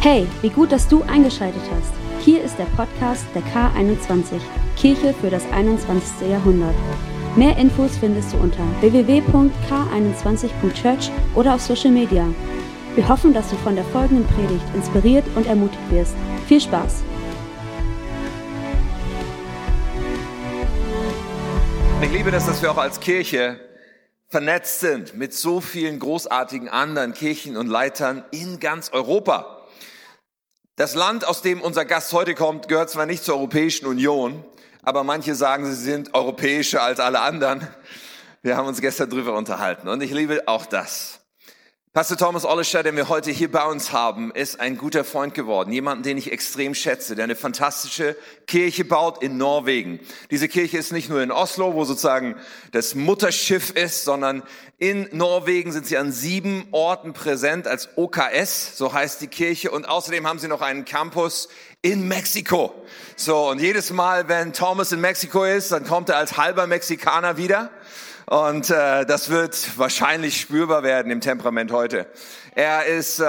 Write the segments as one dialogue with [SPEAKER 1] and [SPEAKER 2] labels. [SPEAKER 1] Hey, wie gut, dass du eingeschaltet hast. Hier ist der Podcast der K21, Kirche für das 21. Jahrhundert. Mehr Infos findest du unter www.k21.church oder auf Social Media. Wir hoffen, dass du von der folgenden Predigt inspiriert und ermutigt wirst. Viel Spaß!
[SPEAKER 2] Und ich liebe das, dass wir auch als Kirche vernetzt sind mit so vielen großartigen anderen Kirchen und Leitern in ganz Europa. Das Land, aus dem unser Gast heute kommt, gehört zwar nicht zur Europäischen Union, aber manche sagen, sie sind europäischer als alle anderen. Wir haben uns gestern drüber unterhalten und ich liebe auch das. Pastor Thomas Ollescher, den wir heute hier bei uns haben, ist ein guter Freund geworden. Jemanden, den ich extrem schätze, der eine fantastische Kirche baut in Norwegen. Diese Kirche ist nicht nur in Oslo, wo sozusagen das Mutterschiff ist, sondern in Norwegen sind sie an sieben Orten präsent als OKS, so heißt die Kirche. Und außerdem haben sie noch einen Campus in Mexiko. So, und jedes Mal, wenn Thomas in Mexiko ist, dann kommt er als halber Mexikaner wieder. Und äh, das wird wahrscheinlich spürbar werden im Temperament heute. Er ist äh,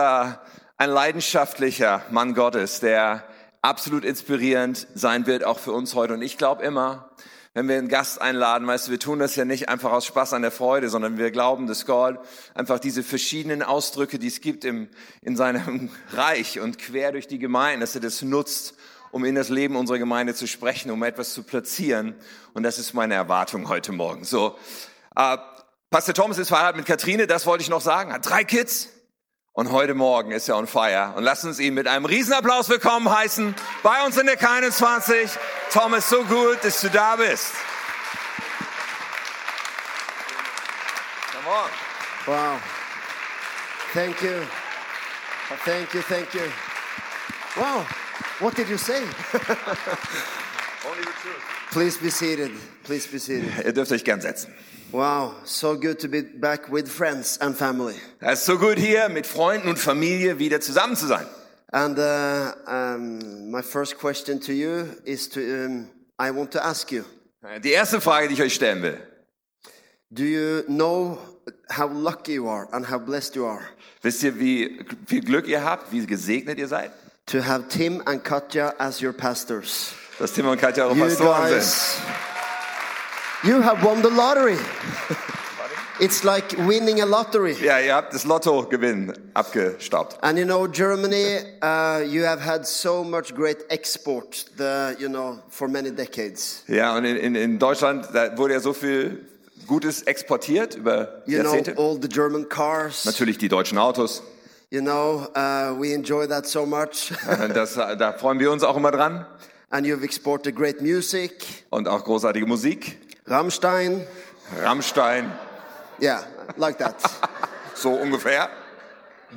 [SPEAKER 2] ein leidenschaftlicher Mann Gottes, der absolut inspirierend sein wird, auch für uns heute. Und ich glaube immer, wenn wir einen Gast einladen, weißt du, wir tun das ja nicht einfach aus Spaß an der Freude, sondern wir glauben, dass Gott einfach diese verschiedenen Ausdrücke, die es gibt im, in seinem Reich und quer durch die Gemeinden, dass er das nutzt, um in das Leben unserer Gemeinde zu sprechen, um etwas zu platzieren. Und das ist meine Erwartung heute Morgen. So, äh, Pastor Thomas ist verheiratet mit Katrine, das wollte ich noch sagen, hat drei Kids. Und heute Morgen ist er on fire. Und lasst uns ihn mit einem Riesenapplaus willkommen heißen. Bei uns in der K21. Thomas, so gut, dass du da bist. Come on.
[SPEAKER 3] Wow. Thank you. Thank you, thank you. Wow. What did you say? Please be seated. Please be seated.
[SPEAKER 2] Ihr dürft euch gern setzen.
[SPEAKER 3] Wow. So good to be back with friends and family.
[SPEAKER 2] Es ist so gut hier, mit Freunden und Familie wieder zusammen zu sein.
[SPEAKER 3] And uh, um, my first question to you is to um, I want to ask you
[SPEAKER 2] Die erste Frage, die ich euch stellen will.
[SPEAKER 3] do you know how lucky you are and how blessed you are
[SPEAKER 2] Wisst ihr, wie viel Glück ihr habt, wie gesegnet ihr seid?
[SPEAKER 3] to have Tim and Katja as your pastors?
[SPEAKER 2] Dass Tim und Katja eure
[SPEAKER 3] You
[SPEAKER 2] Pastoren sind.
[SPEAKER 3] guys, you have won the lottery. it's like winning a lottery.
[SPEAKER 2] Ja, ihr habt das Lottogewinn abgestaubt.
[SPEAKER 3] And you know, Germany, uh, you have had so much great export, the, you know, for many decades.
[SPEAKER 2] Ja, und in, in, in Deutschland, da wurde ja so viel Gutes exportiert über
[SPEAKER 3] You know,
[SPEAKER 2] Jahrzehnte.
[SPEAKER 3] all the German cars.
[SPEAKER 2] Natürlich die deutschen Autos.
[SPEAKER 3] You know, uh, we enjoy that so much.
[SPEAKER 2] Das, da freuen wir uns auch immer dran.
[SPEAKER 3] and you've exported great music,
[SPEAKER 2] Und auch großartige Musik.
[SPEAKER 3] Rammstein.
[SPEAKER 2] Rammstein,
[SPEAKER 3] Yeah, like that.
[SPEAKER 2] so ungefähr.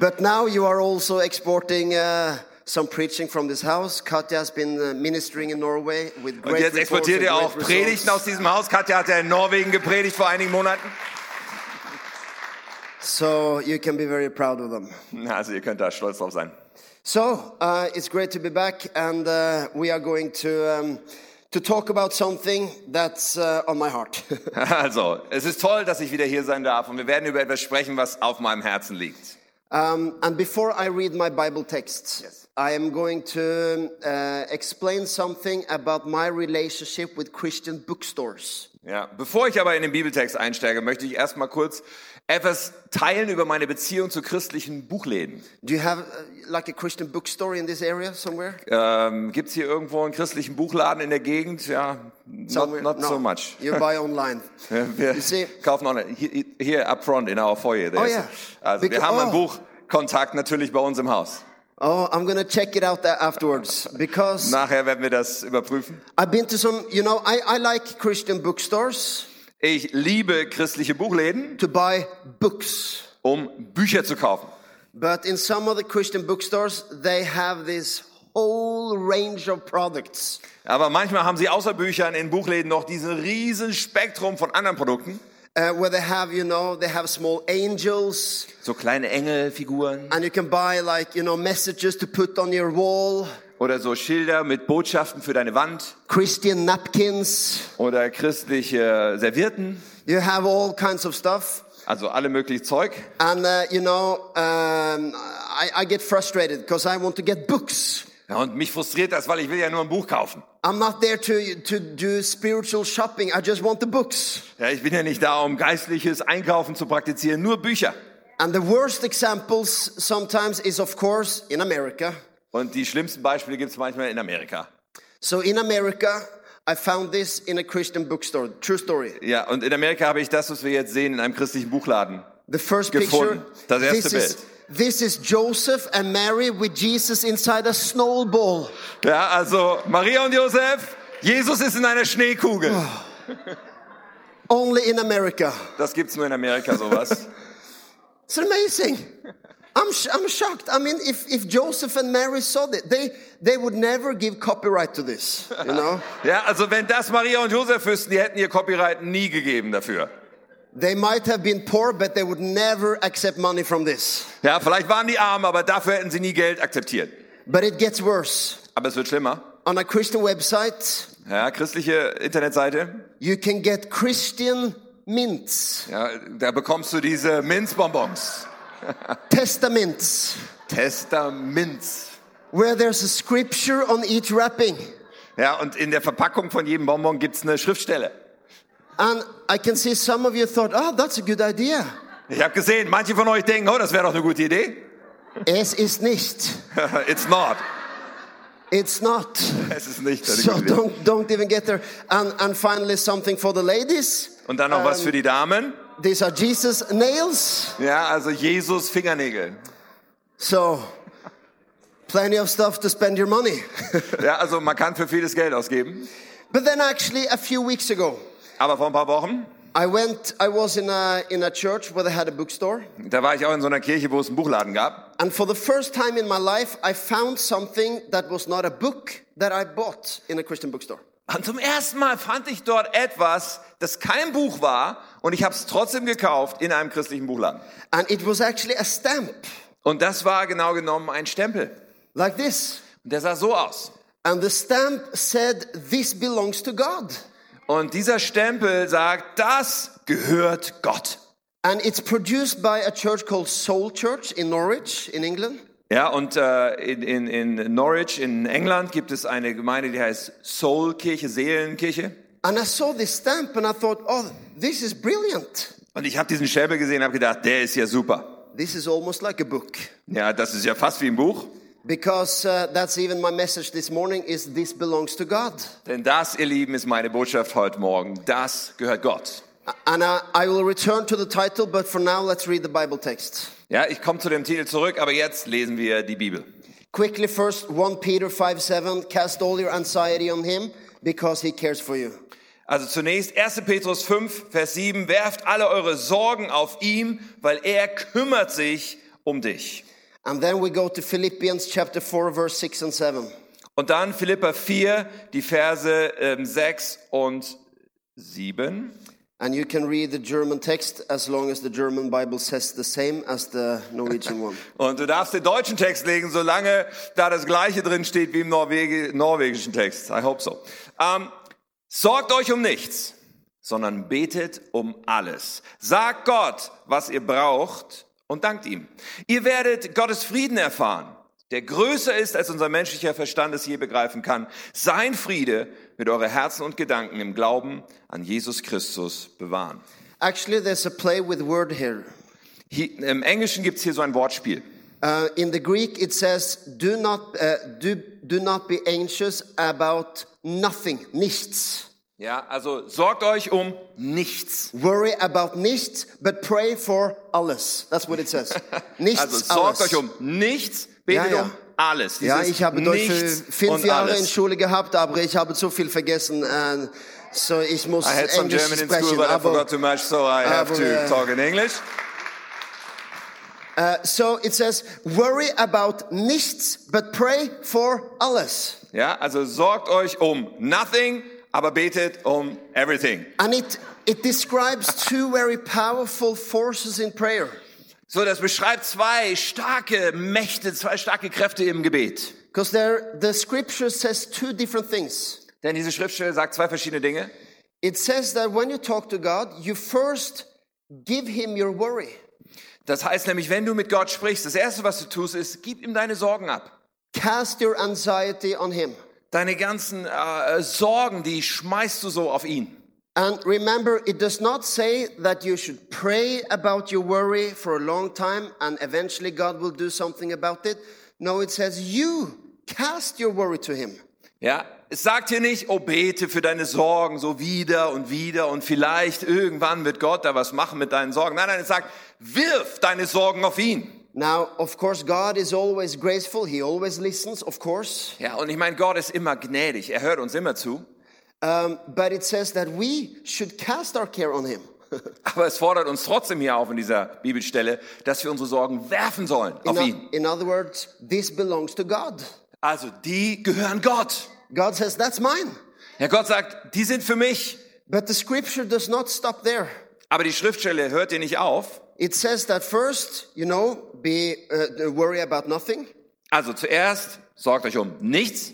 [SPEAKER 3] but now you are also exporting uh, some preaching from this house. Katja has been uh, ministering in Norway with
[SPEAKER 2] Und
[SPEAKER 3] great
[SPEAKER 2] jetzt
[SPEAKER 3] reports
[SPEAKER 2] exportiert
[SPEAKER 3] and
[SPEAKER 2] ihr
[SPEAKER 3] great
[SPEAKER 2] auch Predigten aus
[SPEAKER 3] results.
[SPEAKER 2] diesem Haus. Katja hat ja in Norwegen gepredigt vor einigen Monaten.
[SPEAKER 3] So you can be very proud of them.
[SPEAKER 2] Also ihr könnt da stolz drauf sein.
[SPEAKER 3] So uh, it's great to be back, and uh, we are going to um, to talk about something that's uh, on my heart.
[SPEAKER 2] Also, es ist toll, dass ich wieder hier sein darf und wir werden über etwas sprechen, was auf meinem Herzen liegt.
[SPEAKER 3] um, and before I read my Bible texts, I am going to uh, explain something about my relationship with Christian bookstores.
[SPEAKER 2] Ja, bevor ich aber in den Bibeltext einsteige, möchte ich erstmal kurz etwas teilen über meine Beziehung zu christlichen Buchläden.
[SPEAKER 3] Do you have uh, like a Christian bookstore in this area somewhere?
[SPEAKER 2] Ähm, gibt's hier irgendwo einen christlichen Buchladen in der Gegend? Ja, not,
[SPEAKER 3] Somewhere?
[SPEAKER 2] not
[SPEAKER 3] no.
[SPEAKER 2] so much.
[SPEAKER 3] You buy online.
[SPEAKER 2] Wir
[SPEAKER 3] You see-
[SPEAKER 2] kaufen online. Hier, hier up front in our foyer. there
[SPEAKER 3] Oh,
[SPEAKER 2] is-
[SPEAKER 3] yeah.
[SPEAKER 2] Also wir
[SPEAKER 3] Beca-
[SPEAKER 2] haben einen
[SPEAKER 3] oh.
[SPEAKER 2] Buchkontakt natürlich bei uns im Haus.
[SPEAKER 3] oh, I'm gonna check it out there afterwards because
[SPEAKER 2] Nachher werden wir das überprüfen.
[SPEAKER 3] I've been to some. You know, I, I like Christian bookstores
[SPEAKER 2] Ich liebe christliche Buchläden,
[SPEAKER 3] to buy books.
[SPEAKER 2] um Bücher zu kaufen.
[SPEAKER 3] But in some of the Christian bookstores, they have this whole range of products.
[SPEAKER 2] Aber manchmal haben sie außer Büchern in Buchläden noch diesen riesen Spektrum von anderen Produkten.
[SPEAKER 3] Uh, where they have, you know, they have small angels,
[SPEAKER 2] So kleine Engelfiguren
[SPEAKER 3] and you can buy like, you know, messages to put on your wall,
[SPEAKER 2] oder so Schilder mit Botschaften für deine Wand
[SPEAKER 3] Christian napkins.
[SPEAKER 2] oder christliche Servietten.
[SPEAKER 3] You have all kinds of stuff,
[SPEAKER 2] Also alle mögliche Zeug.
[SPEAKER 3] and uh, you know, um, I, I get frustrated because I want to get books.
[SPEAKER 2] Ja, und mich frustriert das, weil ich will ja nur ein Buch kaufen.
[SPEAKER 3] I'm not there to, to do spiritual shopping. I just want the books.
[SPEAKER 2] Ja, ich bin ja nicht da, um geistliches Einkaufen zu praktizieren, nur Bücher.
[SPEAKER 3] And the worst examples sometimes is, of course, in America.
[SPEAKER 2] Und die schlimmsten Beispiele gibt es manchmal in Amerika.
[SPEAKER 3] So in America, I found this in a Christian bookstore. True story.
[SPEAKER 2] Ja, und in Amerika habe ich das, was wir jetzt sehen, in einem christlichen Buchladen.
[SPEAKER 3] The first
[SPEAKER 2] Gefunden.
[SPEAKER 3] picture.
[SPEAKER 2] Das erste
[SPEAKER 3] this is,
[SPEAKER 2] Bild.
[SPEAKER 3] this is Joseph and Mary with Jesus inside a snowball.
[SPEAKER 2] Ja, also Maria und Josef, Jesus ist in einer Schneekugel.
[SPEAKER 3] Only in America.
[SPEAKER 2] Das gibt's nur in Amerika sowas.
[SPEAKER 3] It's amazing. I'm, sh- I'm shocked. I mean, if, if Joseph and Mary saw that, they, they would never give copyright to this, you know?
[SPEAKER 2] Ja, also wenn das Maria und Josef wüssten, die hätten ihr Copyright nie gegeben dafür.
[SPEAKER 3] they might have been poor, but they would never accept money from this.
[SPEAKER 2] Ja, vielleicht waren die arm, aber dafür hätten sie nie Geld akzeptiert.
[SPEAKER 3] But it gets worse.
[SPEAKER 2] Aber es wird schlimmer.
[SPEAKER 3] On a Christian website,
[SPEAKER 2] Ja, christliche Internetseite,
[SPEAKER 3] you can get Christian mints,
[SPEAKER 2] ja, da bekommst du diese Minzbonbons.
[SPEAKER 3] testaments,
[SPEAKER 2] Testaments.
[SPEAKER 3] where there's a scripture on each wrapping.
[SPEAKER 2] Ja, und in der Verpackung von jedem Bonbon gibt's eine Schriftstelle.
[SPEAKER 3] And I can see some of you thought, oh, that's a good idea.
[SPEAKER 2] Ich habe gesehen, manche von euch denken, oh, das wäre doch eine gute Idee.
[SPEAKER 3] es ist nicht.
[SPEAKER 2] It's not.
[SPEAKER 3] It's not.
[SPEAKER 2] Es ist nicht eine
[SPEAKER 3] So
[SPEAKER 2] gute Idee.
[SPEAKER 3] don't, don't even get there. And, and finally, something for the ladies.
[SPEAKER 2] Und dann noch was für die Damen.
[SPEAKER 3] These are Jesus nails.
[SPEAKER 2] Ja, also Jesus Fingernägel.
[SPEAKER 3] So, plenty of stuff to spend your money.
[SPEAKER 2] Ja, also man kann für vieles Geld ausgeben.
[SPEAKER 3] but then, actually, a few weeks ago,
[SPEAKER 2] Aber vor ein paar Wochen,
[SPEAKER 3] I went, I was in a, in a church where they had a bookstore.
[SPEAKER 2] da war ich auch in so einer Kirche, wo es einen Buchladen gab.
[SPEAKER 3] And for the first time in my life, I found something that was not a book that I bought in a Christian bookstore.
[SPEAKER 2] Und zum ersten Mal fand ich dort etwas, das kein Buch war und ich habe es trotzdem gekauft in einem christlichen Buchladen.
[SPEAKER 3] And it was actually a stamp,
[SPEAKER 2] Und das war genau genommen ein Stempel.
[SPEAKER 3] like this.
[SPEAKER 2] Und der sah so aus.
[SPEAKER 3] And the stamp said, This belongs to God.
[SPEAKER 2] Und dieser Stempel sagt, das gehört Gott.
[SPEAKER 3] And it's produced by a church called Soul Church in Norwich, in England.
[SPEAKER 2] Ja, und äh, in, in, in Norwich in England gibt es eine Gemeinde, die heißt Soul-Kirche, Seelenkirche.
[SPEAKER 3] And I saw this stamp and I thought, oh, this is brilliant.
[SPEAKER 2] Und ich habe diesen Stempel gesehen und habe gedacht, der ist ja super.
[SPEAKER 3] This is almost like a book.
[SPEAKER 2] Ja, das ist ja fast wie ein Buch.
[SPEAKER 3] Because uh, that's even my message this morning is this belongs to God.
[SPEAKER 2] Denn das, ihr Lieben, ist meine Botschaft heute Morgen. Das gehört Gott.
[SPEAKER 3] And I, I will return to the title, but for now, let's read the Bible text.
[SPEAKER 2] Ja, ich komme zu dem Titel zurück, aber jetzt lesen wir die Bibel.
[SPEAKER 3] Quickly, first, 1 Peter 5 7, cast all your anxiety on him because he cares for you.
[SPEAKER 2] Also zunächst 1. Petrus 5, Vers 7, werft alle eure Sorgen auf ihm, weil er kümmert sich um dich.
[SPEAKER 3] And then we go to Philippians chapter 4, verse 6 and 7.
[SPEAKER 2] Und dann Philippa 4, die Verse ähm, 6 und 7.
[SPEAKER 3] And you can read the German text as long as the German Bible says the same as the Norwegian one.
[SPEAKER 2] Und du darfst den deutschen Text legen, solange da das Gleiche drin steht wie im Norwegi norwegischen Text. I hope so. Ähm, sorgt euch um nichts, sondern betet um alles. Sagt Gott, was ihr braucht und dankt ihm. Ihr werdet Gottes Frieden erfahren, der größer ist, als unser menschlicher Verstand es je begreifen kann. Sein Friede wird eure Herzen und Gedanken im Glauben an Jesus Christus bewahren.
[SPEAKER 3] Actually, there's a play with word here.
[SPEAKER 2] Hier, Im Englischen gibt's hier so ein Wortspiel.
[SPEAKER 3] Uh, in the Greek, it says, "Do not uh, do do not be anxious about nothing, nichts.
[SPEAKER 2] Ja, also sorgt euch um nichts.
[SPEAKER 3] Worry about nichts, but pray for alles." That's what it says. Nichts,
[SPEAKER 2] Also sorgt
[SPEAKER 3] alles.
[SPEAKER 2] euch um nichts, betet
[SPEAKER 3] Ja, ja.
[SPEAKER 2] um alles.
[SPEAKER 3] Ja,
[SPEAKER 2] Dieses
[SPEAKER 3] ich habe Deutsch für
[SPEAKER 2] nichts
[SPEAKER 3] fünf
[SPEAKER 2] und
[SPEAKER 3] Jahre in
[SPEAKER 2] alles.
[SPEAKER 3] Schule gehabt, aber ich habe zu viel vergessen. And so ich muss
[SPEAKER 2] I had some
[SPEAKER 3] Englisch
[SPEAKER 2] German in school,
[SPEAKER 3] sprechen.
[SPEAKER 2] but I
[SPEAKER 3] Aber
[SPEAKER 2] forgot too much, so I have
[SPEAKER 3] aber,
[SPEAKER 2] to
[SPEAKER 3] äh,
[SPEAKER 2] talk in English.
[SPEAKER 3] So it says, worry about nichts, but pray for alles.
[SPEAKER 2] Ja, also sorgt euch um nothing, aber betet um everything.
[SPEAKER 3] And it, it describes two very powerful forces in prayer.
[SPEAKER 2] So, das beschreibt zwei starke Mächte, zwei starke Kräfte im Gebet.
[SPEAKER 3] Because there, the scripture says two different things.
[SPEAKER 2] Denn diese Schriftstelle sagt zwei verschiedene Dinge.
[SPEAKER 3] It says that when you talk to God, you first give him your worry.
[SPEAKER 2] Das heißt nämlich, wenn du mit Gott sprichst, das Erste, was du tust, ist, gib ihm deine Sorgen ab.
[SPEAKER 3] Cast your anxiety on Him.
[SPEAKER 2] Deine ganzen äh, Sorgen, die schmeißt du so auf ihn.
[SPEAKER 3] And remember, it does not say that you should pray about your worry for a long time and eventually God will do something about it. No, it says you cast your worry to Him.
[SPEAKER 2] Ja, es sagt hier nicht, oh bete für deine Sorgen so wieder und wieder und vielleicht irgendwann wird Gott da was machen mit deinen Sorgen. Nein, nein, es sagt, wirf deine Sorgen auf ihn.
[SPEAKER 3] Now, of course, God is always graceful. He always listens, of course.
[SPEAKER 2] Ja, und ich meine, Gott ist immer gnädig, er hört uns immer zu,
[SPEAKER 3] Um, but it says that we should cast our care on Him.
[SPEAKER 2] aber es fordert uns trotzdem hier auf in dieser Bibelstelle, dass wir unsere Sorgen werfen sollen
[SPEAKER 3] In,
[SPEAKER 2] auf ihn.
[SPEAKER 3] in other words, this belongs to God.
[SPEAKER 2] Also, die gehören Gott.
[SPEAKER 3] God says, that's mine.
[SPEAKER 2] Ja, Gott sagt, die sind für mich,
[SPEAKER 3] But the scripture does not stop there.
[SPEAKER 2] aber die Schriftstelle hört dir nicht auf.
[SPEAKER 3] It says that first, you know, be uh, worry about nothing.
[SPEAKER 2] Also zuerst sorgt euch um nichts,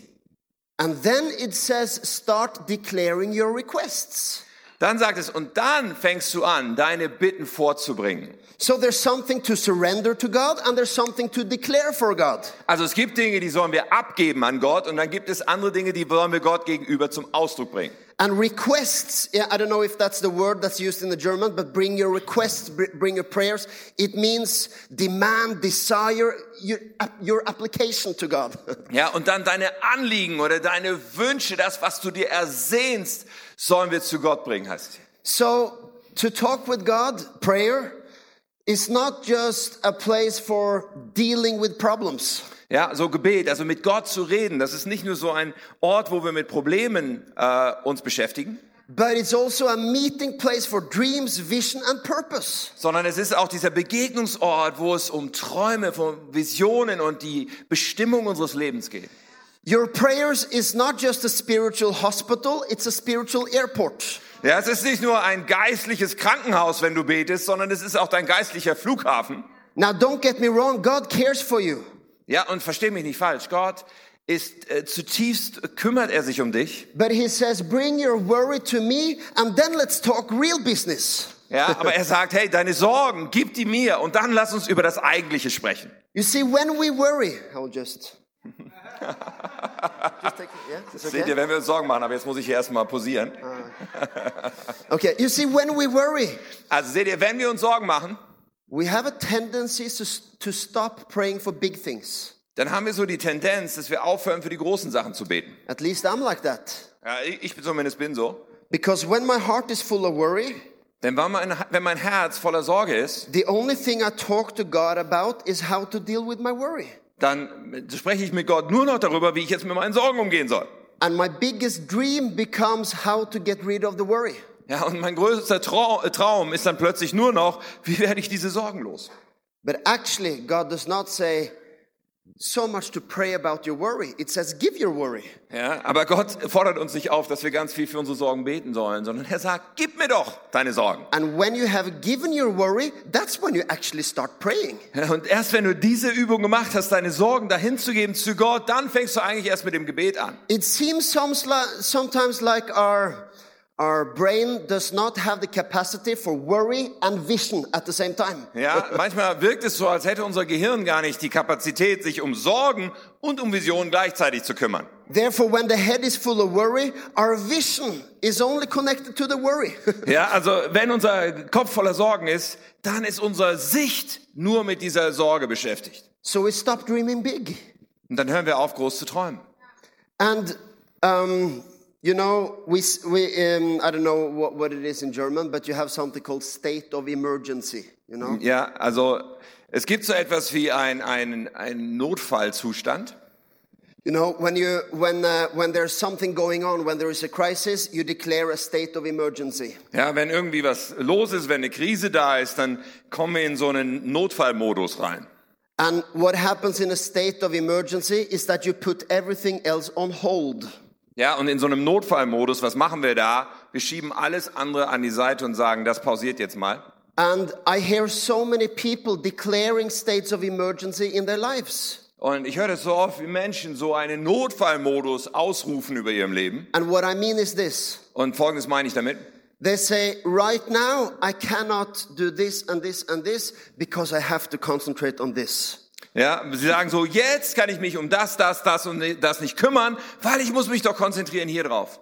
[SPEAKER 3] And then it says, start declaring your requests.
[SPEAKER 2] dann sagt es, und dann fängst du an, deine Bitten vorzubringen.
[SPEAKER 3] So there's something to surrender to God and there's something to declare for God.
[SPEAKER 2] Also es gibt Dinge, die sollen wir abgeben an Gott und dann gibt es andere Dinge, die wollen wir Gott gegenüber zum Ausdruck bringen.
[SPEAKER 3] And requests, yeah, I don't know if that's the word that's used in the German, but bring your requests, br- bring your prayers. It means demand, desire, your, ap- your application to God.
[SPEAKER 2] Ja, und dann deine Anliegen oder deine Wünsche, das, was du dir ersehnst, sollen wir zu Gott bringen, heißt es. hier.
[SPEAKER 3] so to talk with God, prayer, is not just a place for dealing with problems.
[SPEAKER 2] Ja, so Gebet, also mit Gott zu reden, das ist nicht nur so ein Ort, wo wir mit Problemen äh, uns beschäftigen,
[SPEAKER 3] But it's also a meeting place for dreams, vision, and purpose.
[SPEAKER 2] sondern es ist auch dieser Begegnungsort, wo es um Träume, von Visionen und die Bestimmung unseres Lebens geht.
[SPEAKER 3] Your prayers is not just a spiritual hospital, it's a spiritual airport.
[SPEAKER 2] Ja, es ist nicht nur ein geistliches Krankenhaus, wenn du betest, sondern es ist auch dein geistlicher Flughafen.
[SPEAKER 3] Now, don't get me wrong, God cares for you.
[SPEAKER 2] Ja, und versteh mich nicht falsch, Gott ist äh, zutiefst kümmert er sich um dich.
[SPEAKER 3] But He says, bring your worry to me, and then let's talk real business.
[SPEAKER 2] Ja, aber er sagt, hey, deine Sorgen, gib die mir und dann lass uns über das Eigentliche sprechen.
[SPEAKER 3] You see, when we worry, I'll just. just take it, yeah? It's
[SPEAKER 2] Seht ihr,
[SPEAKER 3] okay?
[SPEAKER 2] wenn wir uns Sorgen machen, aber jetzt muss ich hier erstmal posieren.
[SPEAKER 3] okay, you see, when we worry,
[SPEAKER 2] Also seht ihr, wenn wir uns Sorgen machen,
[SPEAKER 3] we have a tendency to, to stop praying for big things.
[SPEAKER 2] dann haben wir so die Tendenz, dass wir aufhören, für die großen Sachen zu beten.
[SPEAKER 3] At least I'm like that.
[SPEAKER 2] Ja, ich ich zumindest bin so.
[SPEAKER 3] Because when my heart is full of worry,
[SPEAKER 2] Denn wenn mein, wenn mein Herz voller Sorge ist,
[SPEAKER 3] The only thing I talk to God about is how to deal with my worry.
[SPEAKER 2] dann spreche ich mit Gott nur noch darüber, wie ich jetzt mit meinen Sorgen umgehen soll.
[SPEAKER 3] And my biggest dream becomes how to get rid of the worry.
[SPEAKER 2] Ja, und mein größter Trau- äh, Traum ist dann plötzlich nur noch, wie werde ich diese Sorgen los?
[SPEAKER 3] But actually, God does not say so much to pray about your worry. It says, give your worry.
[SPEAKER 2] Ja, aber Gott fordert uns nicht auf, dass wir ganz viel für unsere Sorgen beten sollen, sondern er sagt, gib mir doch deine Sorgen.
[SPEAKER 3] And when you have given your worry, that's when you actually start praying.
[SPEAKER 2] Ja, und erst wenn du diese Übung gemacht hast, deine Sorgen dahin zu geben zu Gott, dann fängst du eigentlich erst mit dem Gebet an.
[SPEAKER 3] It seems some sli- sometimes like our, our brain does not have the capacity for worry and vision at the same time.
[SPEAKER 2] Ja, manchmal wirkt es so, als hätte unser Gehirn gar nicht die Kapazität, sich um Sorgen und um Visionen gleichzeitig zu kümmern.
[SPEAKER 3] Therefore, when the head is full of worry, our vision is only connected to the worry.
[SPEAKER 2] Ja, also wenn unser Kopf voller Sorgen ist, dann ist unsere Sicht nur mit dieser Sorge beschäftigt.
[SPEAKER 3] so we stop dreaming big.
[SPEAKER 2] Und dann hören wir auf, groß zu träumen.
[SPEAKER 3] And, um, you know, we, s- we um, I don't know what, what it is in German, but you have something called state of emergency, you know?
[SPEAKER 2] Ja, also es gibt so etwas wie ein, ein, ein Notfallzustand.
[SPEAKER 3] You know, when, you, when, uh, when there's something going on, when there is a crisis, you declare a state of emergency.
[SPEAKER 2] Ja, wenn irgendwie was los ist, wenn eine Krise da ist, dann kommen wir in so einen Notfallmodus rein.
[SPEAKER 3] And what happens in a state of emergency is that you put everything else on hold.
[SPEAKER 2] Ja, und in so einem Notfallmodus, was machen wir da? Wir schieben alles andere an die Seite und sagen, das pausiert jetzt mal.
[SPEAKER 3] And I hear so many people declaring states of emergency in their lives.
[SPEAKER 2] Und ich höre das so oft, wie Menschen so einen Notfallmodus ausrufen über ihrem Leben.
[SPEAKER 3] And what I mean is this
[SPEAKER 2] Und folgendes meine ich damit.
[SPEAKER 3] They say, right now, I cannot do this and this and this because I have to concentrate on this.
[SPEAKER 2] Ja, sie sagen so, jetzt kann ich mich um das, das, das und das nicht kümmern, weil ich muss mich doch konzentrieren hier drauf.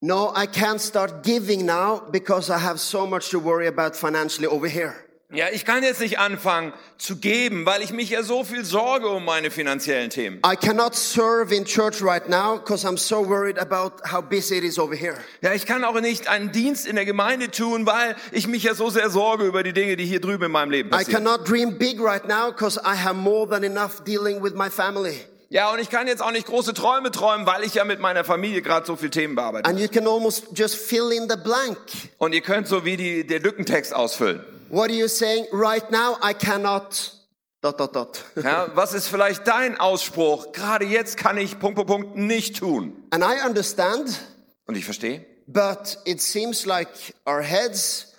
[SPEAKER 3] No, I can't start giving now because I have so much to worry about financially over here.
[SPEAKER 2] Ja, ich kann jetzt nicht anfangen zu geben, weil ich mich ja so viel sorge um meine finanziellen Themen.
[SPEAKER 3] I cannot serve in church right now because I'm so worried about how busy it is over here.
[SPEAKER 2] Ja, ich kann auch nicht einen Dienst in der Gemeinde tun, weil ich mich ja so sehr sorge über die Dinge, die hier drüben in meinem Leben
[SPEAKER 3] I
[SPEAKER 2] passieren.
[SPEAKER 3] cannot dream big right now because I have more than enough dealing with my family.
[SPEAKER 2] Ja, und ich kann jetzt auch nicht große Träume träumen, weil ich ja mit meiner Familie gerade so viel Themen bearbeite.
[SPEAKER 3] And you can almost just fill in the blank.
[SPEAKER 2] Und ihr könnt so wie die, der Lückentext ausfüllen.
[SPEAKER 3] What are you saying? Right now, I cannot. Dot, dot, dot.
[SPEAKER 2] Ja, was ist vielleicht dein Ausspruch? Gerade jetzt kann ich Punkt, Punkt, Punkt nicht tun.
[SPEAKER 3] and I understand,
[SPEAKER 2] Und ich verstehe.
[SPEAKER 3] but it seems like our heads,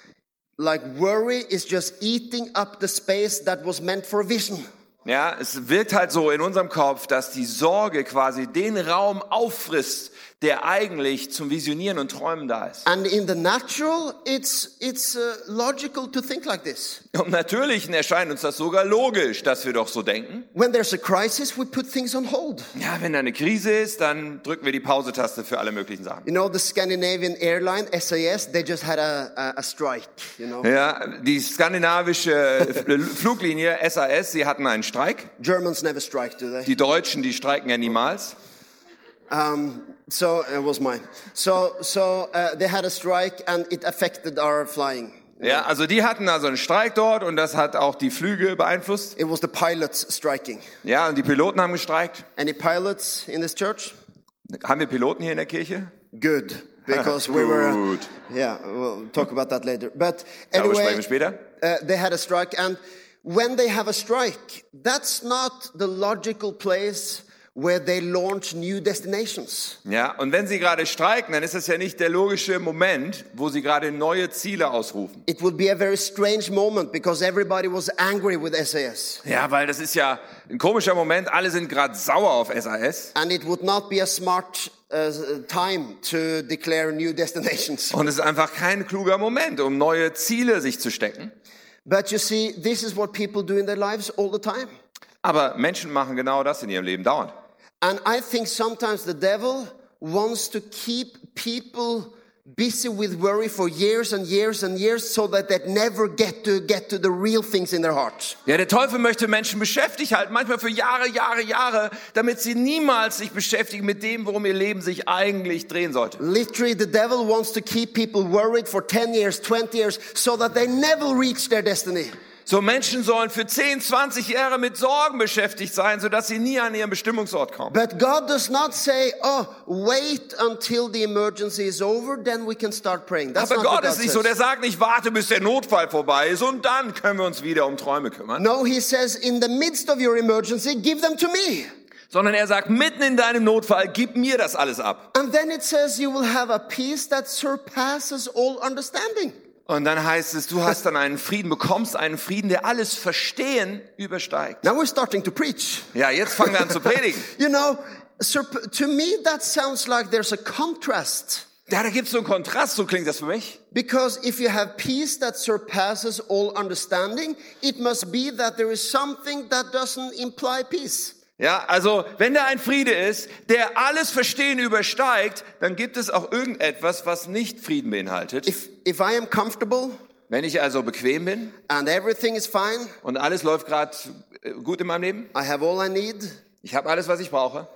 [SPEAKER 3] like worry, is just eating up the space that was meant for vision.
[SPEAKER 2] Ja, es wirkt halt so in unserem Kopf, dass die Sorge quasi den Raum auffrisst, der eigentlich zum Visionieren und Träumen da ist.
[SPEAKER 3] And in the natural, it's, it's uh, logical to think like this.
[SPEAKER 2] Im Natürlichen erscheint uns das sogar logisch, dass wir doch so denken.
[SPEAKER 3] When there's a crisis, we put things on hold.
[SPEAKER 2] Ja, wenn da eine Krise ist, dann drücken wir die Pausetaste für alle möglichen Sachen.
[SPEAKER 3] You know, the Scandinavian airline, SAS, they just had a, a, a strike, you know.
[SPEAKER 2] Ja, die skandinavische Fl- Fluglinie SAS, sie hatten einen Streik.
[SPEAKER 3] Germans never strike, do they?
[SPEAKER 2] Die Deutschen, die streiken ja niemals.
[SPEAKER 3] Um, so it was mine. So, so uh, they had a strike and it affected our flying.
[SPEAKER 2] Ja, also die hatten also einen Streik dort und das hat auch die Flüge beeinflusst.
[SPEAKER 3] It was the pilots striking.
[SPEAKER 2] Ja, und die Piloten haben gestreikt.
[SPEAKER 3] Any pilots in this church?
[SPEAKER 2] Haben wir Piloten hier in der Kirche?
[SPEAKER 3] Good, because we were. uh,
[SPEAKER 2] Good.
[SPEAKER 3] Yeah, we'll talk about that later. But
[SPEAKER 2] Darüber sprechen
[SPEAKER 3] anyway,
[SPEAKER 2] wir später.
[SPEAKER 3] uh, they had a strike, and when they have a strike, that's not the logical place where they launch new destinations.
[SPEAKER 2] Ja, und wenn sie gerade streiken, dann ist das ja nicht der logische Moment, wo sie gerade neue Ziele ausrufen.
[SPEAKER 3] It would be a very strange moment because everybody was angry with SAS.
[SPEAKER 2] Ja, weil das ist ja ein komischer Moment. Alle sind gerade sauer auf SAS.
[SPEAKER 3] And it would not be a smart uh, time to declare new destinations.
[SPEAKER 2] Und es ist einfach kein kluger Moment, um neue Ziele sich zu stecken.
[SPEAKER 3] But you see, this is what people do in their lives all the time.
[SPEAKER 2] Aber Menschen machen genau das in ihrem Leben dauernd.
[SPEAKER 3] And I think sometimes the devil wants to keep people busy with worry for years and years and years so that they never get to get to the real things in their hearts.
[SPEAKER 2] Ja, der Teufel möchte Menschen beschäftigt halten, manchmal für Jahre, Jahre, Jahre, damit sie niemals sich beschäftigen mit dem, worum ihr Leben sich eigentlich drehen sollte.
[SPEAKER 3] Literally, the devil wants to keep people worried for 10 years, 20 years, so that they never reach their destiny.
[SPEAKER 2] So Menschen sollen für 10, 20 Jahre mit Sorgen beschäftigt sein, sodass sie nie an ihren Bestimmungsort kommen.
[SPEAKER 3] But God does not say, oh, wait until the emergency is over, then we can start praying. That's
[SPEAKER 2] Aber
[SPEAKER 3] not what
[SPEAKER 2] Gott ist nicht
[SPEAKER 3] says.
[SPEAKER 2] so, der sagt nicht, warte, bis der Notfall vorbei ist und dann können wir uns wieder um Träume kümmern.
[SPEAKER 3] No, he says, in the midst of your emergency, give them to me.
[SPEAKER 2] Sondern er sagt, mitten in deinem Notfall, gib mir das alles ab.
[SPEAKER 3] And then it says you will have a peace that surpasses all understanding.
[SPEAKER 2] Und dann heißt es, du hast dann einen Frieden, bekommst einen Frieden, der alles Verstehen übersteigt.
[SPEAKER 3] Now we're starting to preach.
[SPEAKER 2] Ja, jetzt fangen wir an zu predigen.
[SPEAKER 3] You know, surp- to me that sounds like there's a contrast.
[SPEAKER 2] Ja, da gibt's so einen Kontrast, so klingt das für mich.
[SPEAKER 3] Because if you have peace that surpasses all understanding, it must be that there is something that doesn't imply peace.
[SPEAKER 2] Ja, also wenn da ein Friede ist, der alles Verstehen übersteigt, dann gibt es auch irgendetwas, was nicht Frieden beinhaltet.
[SPEAKER 3] If, if I am comfortable
[SPEAKER 2] Wenn ich also bequem bin
[SPEAKER 3] and everything is fine,
[SPEAKER 2] und alles läuft gerade gut in meinem Leben,
[SPEAKER 3] I have all I need,
[SPEAKER 2] ich habe alles, was ich brauche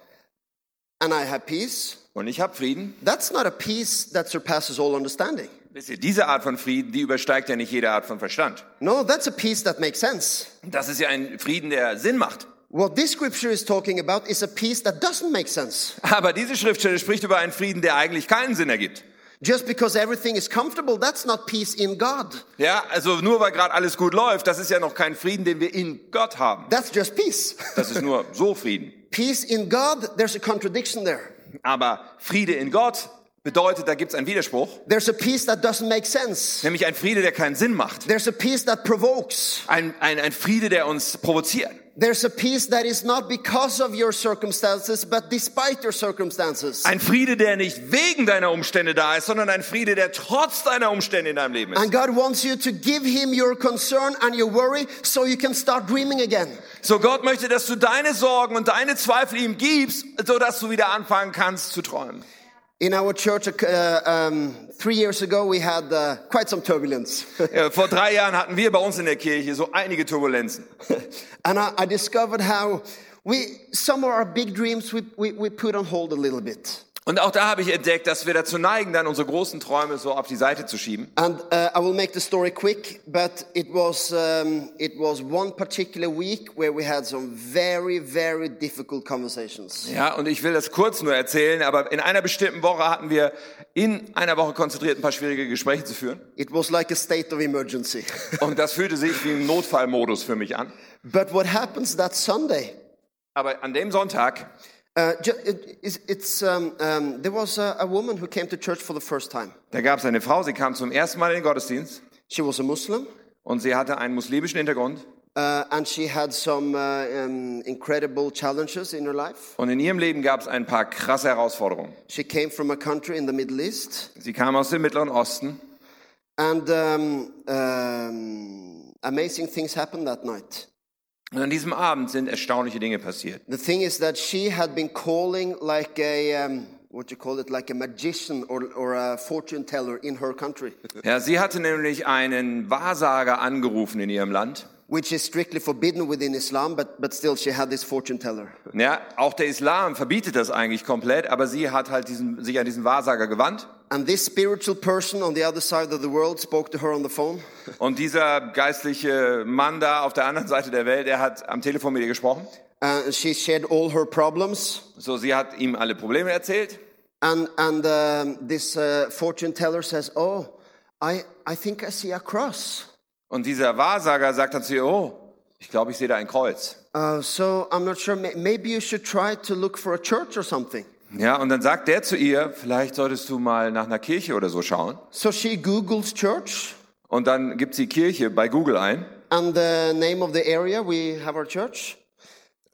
[SPEAKER 3] and I have peace,
[SPEAKER 2] und ich habe Frieden.
[SPEAKER 3] that's not a peace that surpasses all understanding.
[SPEAKER 2] Wisst ihr, diese Art von Frieden, die übersteigt ja nicht jede Art von Verstand.
[SPEAKER 3] No, that's a peace that makes sense.
[SPEAKER 2] Das ist ja ein Frieden, der Sinn macht.
[SPEAKER 3] What this scripture is talking about is a peace that doesn't make sense.
[SPEAKER 2] Aber diese Schriftstelle spricht über einen Frieden, der eigentlich keinen Sinn ergibt.
[SPEAKER 3] Just because everything is comfortable, that's not peace in God.
[SPEAKER 2] Ja, also nur weil gerade alles gut läuft, das ist ja noch kein Frieden, den wir in Gott haben.
[SPEAKER 3] That's just peace.
[SPEAKER 2] Das ist nur so Frieden.
[SPEAKER 3] peace in God, there's a contradiction there.
[SPEAKER 2] Aber Friede in Gott bedeutet, da gibt's einen Widerspruch,
[SPEAKER 3] There's a peace that doesn't make sense.
[SPEAKER 2] nämlich ein Friede, der keinen Sinn macht.
[SPEAKER 3] There's a peace that provokes.
[SPEAKER 2] Ein, ein, ein Friede, der uns provoziert.
[SPEAKER 3] There's a peace that is not because of your circumstances, but despite your circumstances.
[SPEAKER 2] Ein Friede, der nicht wegen deiner Umstände da ist, sondern ein Friede, der trotz deiner Umstände in deinem Leben ist.
[SPEAKER 3] And God wants you to give Him your concern and your worry so you can start dreaming again.
[SPEAKER 2] So Gott möchte, dass du deine Sorgen und deine Zweifel ihm gibst, so dass du wieder anfangen kannst zu träumen.
[SPEAKER 3] In our church, uh, um, three years ago, we had uh, quite some turbulence.
[SPEAKER 2] Äh, Vor drei Jahren hatten wir bei uns in der Kirche so einige Turbulenzen.
[SPEAKER 3] and I, I discovered how we, some of our big dreams we, we, we put on hold a little bit.
[SPEAKER 2] Und auch da habe ich entdeckt, dass wir dazu neigen, dann unsere großen Träume so auf die Seite zu schieben.
[SPEAKER 3] And uh, I will make the story quick, but it was, um, it was one particular week where we had some very, very difficult conversations.
[SPEAKER 2] Ja, und ich will das kurz nur erzählen, aber in einer bestimmten Woche hatten wir in einer Woche konzentriert ein paar schwierige Gespräche zu führen.
[SPEAKER 3] It was like a state of emergency.
[SPEAKER 2] Und das fühlte sich wie ein Notfallmodus für mich an.
[SPEAKER 3] but what happens that Sunday?
[SPEAKER 2] Aber an dem Sonntag,
[SPEAKER 3] Uh, ju- it, it's, it's, um, um, there was a, a woman who came to church for the first time.
[SPEAKER 2] da gab es eine Frau, sie kam zum ersten Mal in den Gottesdienst
[SPEAKER 3] She was a Muslim,
[SPEAKER 2] und sie hatte einen muslimischen Hintergrund.
[SPEAKER 3] uh, and she had some uh, um, incredible challenges in her life.
[SPEAKER 2] Und in ihrem Leben gab es ein paar krasse Herausforderungen.
[SPEAKER 3] She came from a country in the Middle East.
[SPEAKER 2] Sie kam aus dem Mittleren Osten
[SPEAKER 3] And um, um, amazing things happened that night.
[SPEAKER 2] und an diesem Abend sind erstaunliche Dinge passiert.
[SPEAKER 3] The thing is that she had been calling like a, um, what you call it, like a magician or, or a fortune teller in her country,
[SPEAKER 2] Ja, sie hatte nämlich einen Wahrsager angerufen in ihrem Land.
[SPEAKER 3] which is strictly forbidden within Islam, but, but still she had this fortune teller.
[SPEAKER 2] Ja, auch der Islam verbietet das eigentlich komplett, aber sie hat halt diesen, sich an diesen Wahrsager gewandt.
[SPEAKER 3] And this spiritual person on the other side of the world spoke to her on the phone.
[SPEAKER 2] Und dieser geistliche Mann da auf der anderen Seite der Welt, er hat am Telefon mit ihr gesprochen.
[SPEAKER 3] Uh, she shared all her problems.
[SPEAKER 2] So, sie hat ihm alle Probleme erzählt.
[SPEAKER 3] And, and um, this uh, fortune teller says, Oh, I, I think I see a cross.
[SPEAKER 2] Und dieser Wahrsager sagt dann zu ihr, oh, ich glaube, ich sehe da ein Kreuz.
[SPEAKER 3] Uh, so I'm not sure. May- Maybe you should try to look for a church or something.
[SPEAKER 2] Ja, und dann sagt der zu ihr, vielleicht solltest du mal nach einer Kirche oder so schauen.
[SPEAKER 3] So she Googles church
[SPEAKER 2] Und dann gibt sie Kirche bei Google ein.
[SPEAKER 3] and the name of the area we have our church.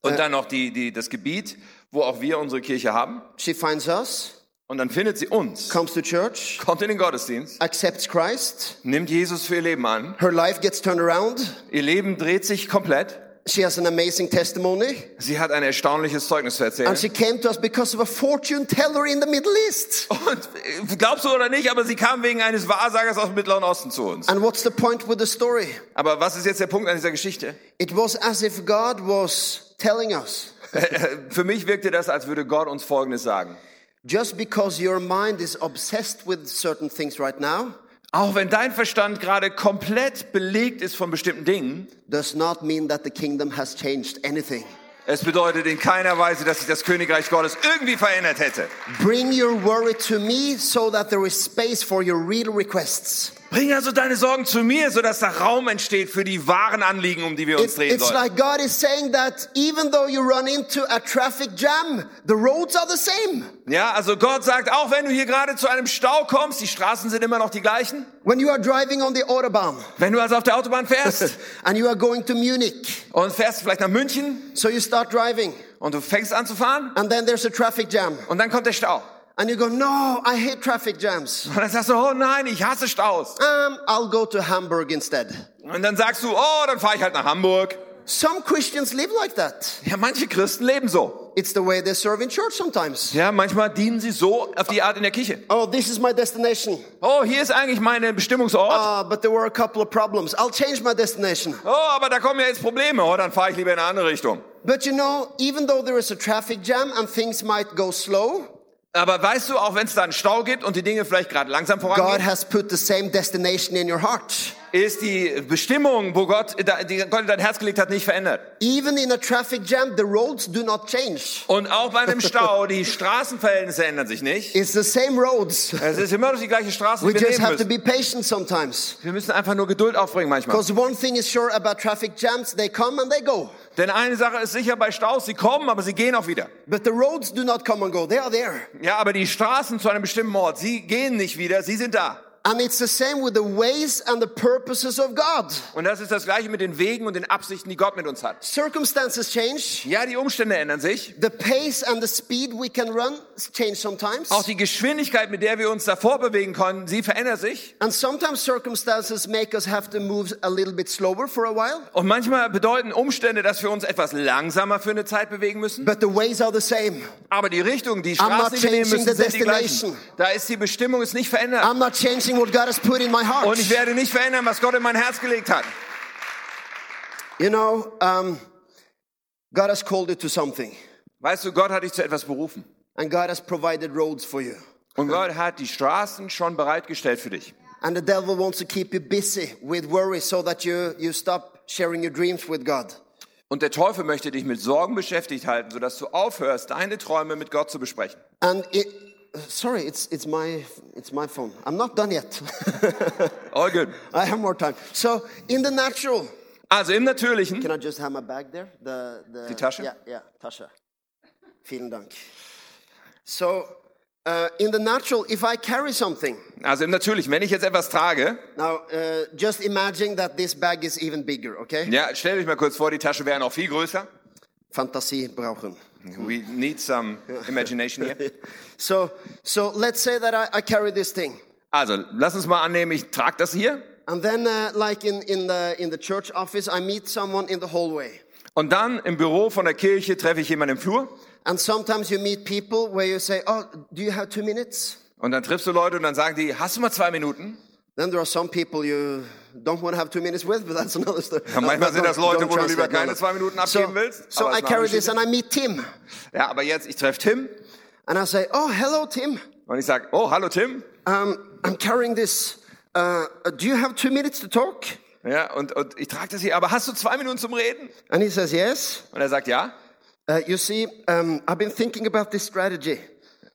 [SPEAKER 2] Und dann noch die, die, das Gebiet, wo auch wir unsere Kirche haben.
[SPEAKER 3] She finds us,
[SPEAKER 2] Und dann findet sie uns,
[SPEAKER 3] comes to church,
[SPEAKER 2] kommt in den Gottesdienst,
[SPEAKER 3] accepts Christ.
[SPEAKER 2] nimmt Jesus für ihr Leben an.
[SPEAKER 3] Her life gets turned around.
[SPEAKER 2] Ihr Leben dreht sich komplett.
[SPEAKER 3] She has an amazing testimony.
[SPEAKER 2] Sie hat ein erstaunliches Zeugnis zu
[SPEAKER 3] And
[SPEAKER 2] erzählen.
[SPEAKER 3] she came to us because of a fortune teller in the Middle East.
[SPEAKER 2] Und äh, glaubst du oder nicht, aber sie kam wegen eines Wahrsagers aus dem Mittleren Osten zu uns.
[SPEAKER 3] And what's the point with the story?
[SPEAKER 2] Aber was ist jetzt der Punkt an dieser Geschichte?
[SPEAKER 3] It was as if God was telling us
[SPEAKER 2] Äh, Für mich wirkte das, als würde Gott uns Folgendes sagen.
[SPEAKER 3] just because your mind is obsessed with certain things right now,
[SPEAKER 2] Auch wenn dein Verstand gerade komplett belegt ist von bestimmten Dingen,
[SPEAKER 3] does not mean that the kingdom has changed anything.
[SPEAKER 2] es bedeutet in keiner Weise, dass sich das Königreich Gottes irgendwie verändert hätte.
[SPEAKER 3] Bring your worry to me so that there is space for your real requests.
[SPEAKER 2] Bring also deine Sorgen zu mir, sodass da Raum entsteht für die wahren Anliegen, um die wir uns
[SPEAKER 3] It's,
[SPEAKER 2] drehen
[SPEAKER 3] it's
[SPEAKER 2] sollen.
[SPEAKER 3] like God is saying that even though you run into a traffic jam, the roads are the same.
[SPEAKER 2] Ja, also Gott sagt, auch wenn du hier gerade zu einem Stau kommst, die Straßen sind immer noch die gleichen.
[SPEAKER 3] When you are driving on the Autobahn
[SPEAKER 2] Wenn du also auf der Autobahn fährst
[SPEAKER 3] and you are going to Munich,
[SPEAKER 2] und fährst vielleicht nach München
[SPEAKER 3] so you start driving
[SPEAKER 2] und du fängst an zu fahren
[SPEAKER 3] and then there's a traffic jam
[SPEAKER 2] und dann kommt der Stau.
[SPEAKER 3] and you go, no, I hate traffic jams.
[SPEAKER 2] Und dann sagst du, oh nein, ich hasse Staus.
[SPEAKER 3] Um, I'll go to Hamburg instead.
[SPEAKER 2] Und dann sagst du, oh, dann fahre ich halt nach Hamburg.
[SPEAKER 3] Some Christians live like that.
[SPEAKER 2] Ja, manche Christen leben so.
[SPEAKER 3] It's the way they serve in church sometimes.
[SPEAKER 2] Ja, manchmal dienen sie so auf die Art in der Kirche.
[SPEAKER 3] Oh, this is my destination.
[SPEAKER 2] Oh, hier ist eigentlich mein Bestimmungsort.
[SPEAKER 3] Ah, but there were a couple of problems. I'll change my destination.
[SPEAKER 2] Oh, aber da kommen ja jetzt Probleme. Oh, dann fahre ich lieber in eine andere Richtung.
[SPEAKER 3] But you know, even though there is a traffic jam and things might go slow,
[SPEAKER 2] Aber weißt du, auch wenn es da einen Stau gibt und die Dinge vielleicht gerade langsam
[SPEAKER 3] God
[SPEAKER 2] vorangehen,
[SPEAKER 3] has put the same destination in your heart.
[SPEAKER 2] ist die Bestimmung, wo Gott, da- die Gott in dein Herz gelegt hat, nicht verändert.
[SPEAKER 3] Even in a traffic jam, the roads do not change.
[SPEAKER 2] Und auch bei einem Stau, die Straßenverhältnisse ändern sich nicht.
[SPEAKER 3] It's the same roads.
[SPEAKER 2] Es ist immer noch die gleiche Straße, die
[SPEAKER 3] We
[SPEAKER 2] wir
[SPEAKER 3] just
[SPEAKER 2] nehmen
[SPEAKER 3] have to
[SPEAKER 2] müssen.
[SPEAKER 3] be patient sometimes.
[SPEAKER 2] Wir müssen einfach nur Geduld aufbringen manchmal.
[SPEAKER 3] Because one thing is sure about traffic jams, they come and they go.
[SPEAKER 2] Denn eine Sache ist sicher bei Staus, sie kommen, aber sie gehen auch wieder.
[SPEAKER 3] But the roads do not come and go, they are there.
[SPEAKER 2] Ja, aber die Straßen zu einem bestimmten Ort, sie gehen nicht wieder, sie sind da.
[SPEAKER 3] And it's the same with the ways and the purposes of God.
[SPEAKER 2] Und das ist das Gleiche mit den Wegen und den Absichten, die Gott mit uns hat.
[SPEAKER 3] Circumstances change.
[SPEAKER 2] Ja, die Umstände ändern sich.
[SPEAKER 3] The pace and the speed we can run change sometimes.
[SPEAKER 2] Auch die Geschwindigkeit, mit der wir uns davor bewegen konnten, sie verändert sich.
[SPEAKER 3] And sometimes circumstances make us have to move a little bit slower for a while.
[SPEAKER 2] Und manchmal bedeuten Umstände, dass wir uns etwas langsamer für eine Zeit bewegen müssen.
[SPEAKER 3] But the ways are the same.
[SPEAKER 2] Aber die Richtung, die
[SPEAKER 3] not
[SPEAKER 2] Straßen, die wir nehmen
[SPEAKER 3] changing
[SPEAKER 2] müssen,
[SPEAKER 3] the
[SPEAKER 2] sind die gleichen.
[SPEAKER 3] destination.
[SPEAKER 2] Da ist die Bestimmung ist nicht verändert.
[SPEAKER 3] I'm not changing what God has put in my heart.
[SPEAKER 2] Und ich werde nicht verändern, was Gott in mein Herz gelegt hat.
[SPEAKER 3] You know, um, God has called you to something,
[SPEAKER 2] Weißt du, Gott hat dich zu etwas berufen.
[SPEAKER 3] and God has provided roads for you.
[SPEAKER 2] Und Gott hat die Straßen schon bereitgestellt für dich.
[SPEAKER 3] And the devil wants to keep you busy with worry so that you, you stop sharing your dreams with God.
[SPEAKER 2] Und der Teufel möchte dich mit Sorgen beschäftigt halten, sodass du aufhörst, deine Träume mit Gott zu besprechen.
[SPEAKER 3] And it, sorry, it's, it's, my, it's my phone. I'm not done yet.
[SPEAKER 2] All good.
[SPEAKER 3] I have more time. So, in the natural,
[SPEAKER 2] Also im Natürlichen,
[SPEAKER 3] can I just have my bag there? The, the,
[SPEAKER 2] Die Tasche?
[SPEAKER 3] Yeah, yeah, Tasche. Vielen Dank. So, uh, in the natural, if I carry something,
[SPEAKER 2] also im Natürlichen, wenn ich jetzt etwas trage,
[SPEAKER 3] now uh, just imagine that this bag is even bigger, okay?
[SPEAKER 2] ja, stell dich mal kurz vor, die Tasche wäre noch viel größer.
[SPEAKER 3] Fantasie brauchen.
[SPEAKER 2] We need some imagination here.
[SPEAKER 3] So, so let's say that I, I carry this thing.
[SPEAKER 2] Also, lass uns mal annehmen, ich trage das hier.
[SPEAKER 3] And then, uh, like in, in, the, in the church office, I meet someone in the hallway.
[SPEAKER 2] Und dann im Büro von der Kirche treffe ich jemanden im Flur.
[SPEAKER 3] And sometimes you meet people where you say, Oh, do you have two minutes?
[SPEAKER 2] Und dann triffst du Leute und dann sagen die, hast du mal zwei Minuten?
[SPEAKER 3] Then there are some people you don't want to have two minutes with, but that's another story.
[SPEAKER 2] Ja, manchmal sind das Leute,
[SPEAKER 3] Don't
[SPEAKER 2] wo du lieber
[SPEAKER 3] translate, no,
[SPEAKER 2] keine
[SPEAKER 3] no.
[SPEAKER 2] zwei Minuten abgeben willst.
[SPEAKER 3] So
[SPEAKER 2] aber
[SPEAKER 3] I
[SPEAKER 2] ist eine
[SPEAKER 3] carry
[SPEAKER 2] andere
[SPEAKER 3] this and I meet Tim.
[SPEAKER 2] Geschichte. Ja, aber jetzt, ich treffe Tim
[SPEAKER 3] And I say, Oh, hello, Tim.
[SPEAKER 2] und ich sage, oh, hallo Tim.
[SPEAKER 3] Um, I'm carrying this. Uh, uh, do you have two minutes to talk?
[SPEAKER 2] Ja, und, und ich trage das hier, aber hast du zwei Minuten zum Reden?
[SPEAKER 3] And he says, Yes.
[SPEAKER 2] Und er sagt, ja.
[SPEAKER 3] Uh, you see, um, I've been thinking about this strategy.